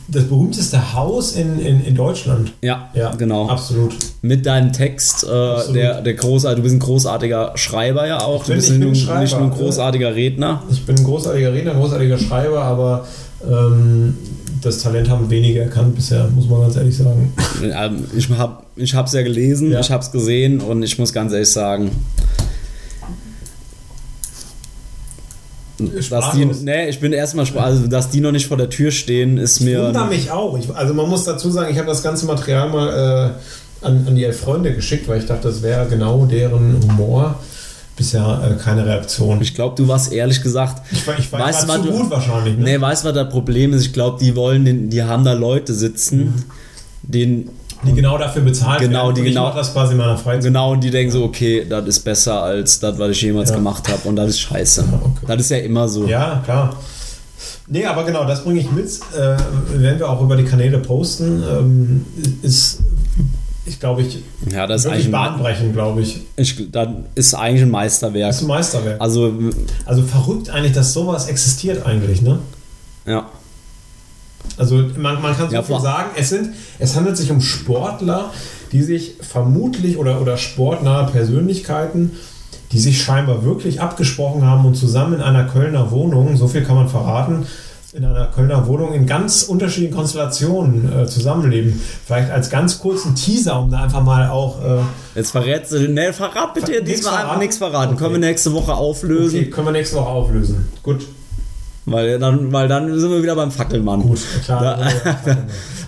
Speaker 2: das berühmteste Haus in, in, in Deutschland.
Speaker 1: Ja, genau.
Speaker 2: Absolut.
Speaker 1: mit deinem Text, äh,
Speaker 2: Absolut.
Speaker 1: der, der großartig, du bist ein großartiger Schreiber ja auch, du
Speaker 2: bin-
Speaker 1: bist
Speaker 2: ich
Speaker 1: nicht
Speaker 2: bin
Speaker 1: nur,
Speaker 2: Schreiber,
Speaker 1: nicht nur ein
Speaker 2: ne?
Speaker 1: großartiger Redner.
Speaker 2: Ich bin ein großartiger Redner, ein großartiger Schreiber, aber ähm, das Talent haben wenige erkannt bisher, muss man ganz ehrlich sagen.
Speaker 1: Ähm, Ich habe ich hab's ja gelesen,
Speaker 2: Ja.
Speaker 1: ich hab's gesehen und ich muss ganz ehrlich sagen, dass die,
Speaker 2: Sprachlos.
Speaker 1: nee, ich bin erstmal, spra- also, dass die noch nicht vor der Tür stehen, ist mir,
Speaker 2: Wundert mich auch. Ich, also man muss dazu sagen, ich habe das ganze Material mal äh, an, an die elf Freunde geschickt, weil ich dachte, das wäre genau deren Humor. Bisher äh, keine Reaktion.
Speaker 1: ich glaube, du warst ehrlich gesagt,
Speaker 2: Ich, war- ich war
Speaker 1: Weißt
Speaker 2: grad
Speaker 1: du, was
Speaker 2: zu
Speaker 1: du-
Speaker 2: gut wahrscheinlich. Ne?
Speaker 1: nee, weißt du, was das Problem ist? Ich glaube, die wollen, den, die haben da Leute
Speaker 2: Mhm.
Speaker 1: sitzen, den
Speaker 2: Die genau dafür bezahlt
Speaker 1: Genau,
Speaker 2: werden.
Speaker 1: die
Speaker 2: Und
Speaker 1: genau-
Speaker 2: Ich mache das quasi in meiner Freizeit.
Speaker 1: Genau, und die denken so, okay, das ist besser als das, was ich jemals
Speaker 2: Ja.
Speaker 1: gemacht habe. Und das ist scheiße.
Speaker 2: okay.
Speaker 1: Das ist ja immer so.
Speaker 2: Ja, klar. Nee, aber genau, das bringe ich mit. Äh, wenn wir auch über die Kanäle posten, ähm, ist, ich glaube ich,
Speaker 1: Ja, das ist eigentlich,
Speaker 2: wirklich
Speaker 1: ein,
Speaker 2: bahnbrechend, glaube ich.
Speaker 1: ich, das ist eigentlich ein Meisterwerk.
Speaker 2: Das ist ein Meisterwerk.
Speaker 1: Also,
Speaker 2: Also verrückt eigentlich, dass sowas existiert eigentlich, ne?
Speaker 1: ja.
Speaker 2: Also man, man kann so
Speaker 1: Ja,
Speaker 2: viel
Speaker 1: vor-
Speaker 2: sagen, es, sind, es handelt sich um Sportler, die sich vermutlich oder, oder sportnahe Persönlichkeiten, die sich scheinbar wirklich abgesprochen haben und zusammen in einer Kölner Wohnung, so viel kann man verraten, in einer Kölner Wohnung in ganz unterschiedlichen Konstellationen äh, zusammenleben. Vielleicht als ganz kurzen Teaser, um da einfach mal auch... Äh,
Speaker 1: Jetzt verrätst du. Ne, verrat bitte
Speaker 2: Ver- nix
Speaker 1: diesmal einfach
Speaker 2: verraten?
Speaker 1: nichts verraten.
Speaker 2: Okay.
Speaker 1: Können wir nächste Woche auflösen.
Speaker 2: okay, können wir nächste Woche auflösen. Gut.
Speaker 1: Weil, dann, weil dann sind wir wieder beim Fackelmann.
Speaker 2: Gut, klar. also,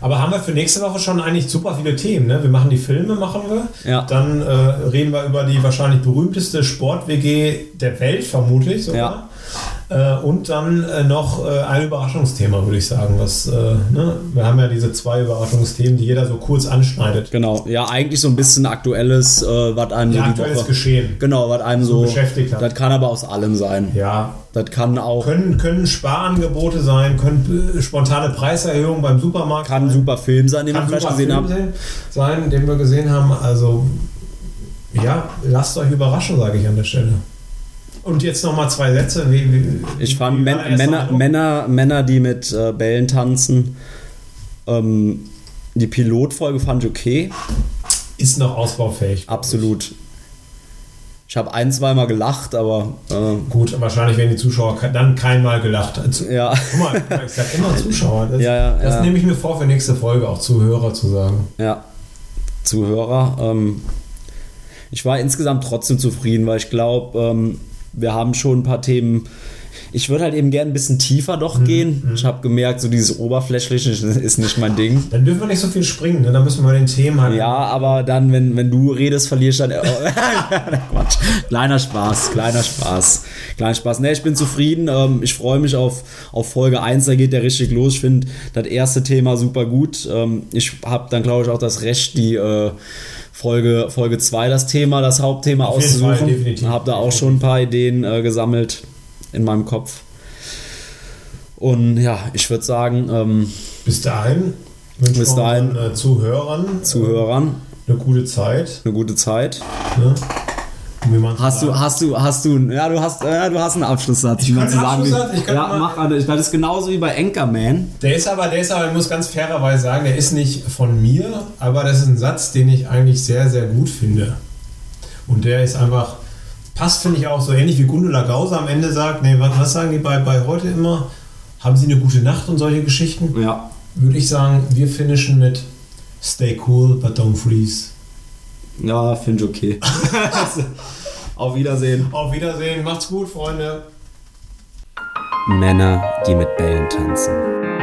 Speaker 2: Aber haben wir für nächste Woche schon eigentlich super viele Themen, ne? Wir machen die Filme, machen wir.
Speaker 1: Ja.
Speaker 2: Dann äh, reden wir über die wahrscheinlich berühmteste Sport-WG der Welt, vermutlich sogar. Äh, und dann äh, noch äh, ein Überraschungsthema, würde ich sagen. Was, äh, ne? Wir haben ja diese zwei Überraschungsthemen, die jeder so kurz anschneidet.
Speaker 1: Genau. Ja, eigentlich so ein bisschen aktuelles, äh, was einem
Speaker 2: Ja,
Speaker 1: so die
Speaker 2: aktuelles
Speaker 1: Woche.
Speaker 2: Geschehen.
Speaker 1: Genau, was einem so.
Speaker 2: beschäftigt hat.
Speaker 1: das kann aber aus allem sein.
Speaker 2: Ja,
Speaker 1: Das kann auch.
Speaker 2: können, können Sparangebote sein, können äh, spontane Preiserhöhungen beim Supermarkt
Speaker 1: Kann ein
Speaker 2: sein.
Speaker 1: super Film sein, den wir
Speaker 2: kann
Speaker 1: vielleicht
Speaker 2: super
Speaker 1: gesehen
Speaker 2: Film
Speaker 1: haben.
Speaker 2: sein- sein, den wir gesehen haben. Also, ja, lasst euch überraschen, sage ich an der Stelle. Und jetzt nochmal zwei Sätze. Wie, wie,
Speaker 1: Ich fand
Speaker 2: wie
Speaker 1: Män
Speaker 2: war der erste
Speaker 1: Männer,
Speaker 2: Eindruck?
Speaker 1: Männer, Männer, die mit äh, Bällen tanzen, Ähm, die Pilotfolge fand ich okay,
Speaker 2: Ist noch ausbaufähig.
Speaker 1: absolut. Ich habe ein, zweimal gelacht, aber äh,
Speaker 2: Gut, wahrscheinlich werden die Zuschauer ke- dann keinmal gelacht. Also,
Speaker 1: ja.
Speaker 2: Guck mal, ich sag immer Zuschauer. Das,
Speaker 1: Ja, ja,
Speaker 2: das
Speaker 1: ja.
Speaker 2: nehme ich mir vor für nächste Folge, auch Zuhörer zu sagen.
Speaker 1: Ja, Zuhörer. Ähm, ich war insgesamt trotzdem zufrieden, weil ich glaube, ähm, wir haben schon ein paar Themen. Ich würde halt eben gerne ein bisschen tiefer doch gehen. Ich habe gemerkt, so dieses Oberflächliche ist nicht mein Ding.
Speaker 2: Dann dürfen wir nicht so viel springen, ne? dann müssen wir bei den Themen halt.
Speaker 1: Ja, aber dann, wenn, wenn du redest, verlierst du dann. Quatsch. Kleiner Spaß, kleiner Spaß. Kleiner Spaß. Ne, ich bin zufrieden. Ähm, ich freue mich auf, auf Folge 1, da geht der richtig los. Ich finde das erste Thema super gut. Ähm, ich habe dann, glaube ich, auch das Recht, die äh, Folge, Folge 2, das Thema, das Hauptthema
Speaker 2: jeden
Speaker 1: auszusuchen.
Speaker 2: Fall, definitiv.
Speaker 1: Habe da auch schon ein paar Ideen äh, gesammelt in meinem Kopf. Und ja, ich würde sagen, ähm,
Speaker 2: Bis dahin wünschen
Speaker 1: Bis
Speaker 2: wir
Speaker 1: dahin.
Speaker 2: unseren äh, Zuhörern
Speaker 1: Zuhörern,
Speaker 2: äh, eine gute Zeit.
Speaker 1: eine gute Zeit.
Speaker 2: Ne? Und wir machen's
Speaker 1: Hast du, hast du, hast du, ja, du hast, äh, du hast einen Abschlusssatz. Ich
Speaker 2: kann einen Abschlusssatz, ich kann
Speaker 1: ja,
Speaker 2: mal-
Speaker 1: mach, Alter, ich- das ist genauso wie bei Anchorman.
Speaker 2: Der ist aber, der ist aber, ich muss ganz fairerweise sagen, der ist nicht von mir, aber das ist ein Satz, den ich eigentlich sehr, sehr gut finde. Und der ist einfach, passt, finde ich auch so ähnlich wie Gundula Gause am Ende sagt, nee, was, was sagen die bei, bei heute immer? Haben sie eine gute Nacht und solche Geschichten?
Speaker 1: Ja,
Speaker 2: Würde ich sagen, wir finishen mit Stay cool, but don't freeze.
Speaker 1: ja, finde ich okay. Auf Wiedersehen.
Speaker 2: Auf Wiedersehen, macht's gut, Freunde.
Speaker 1: Männer, die mit Bällen tanzen.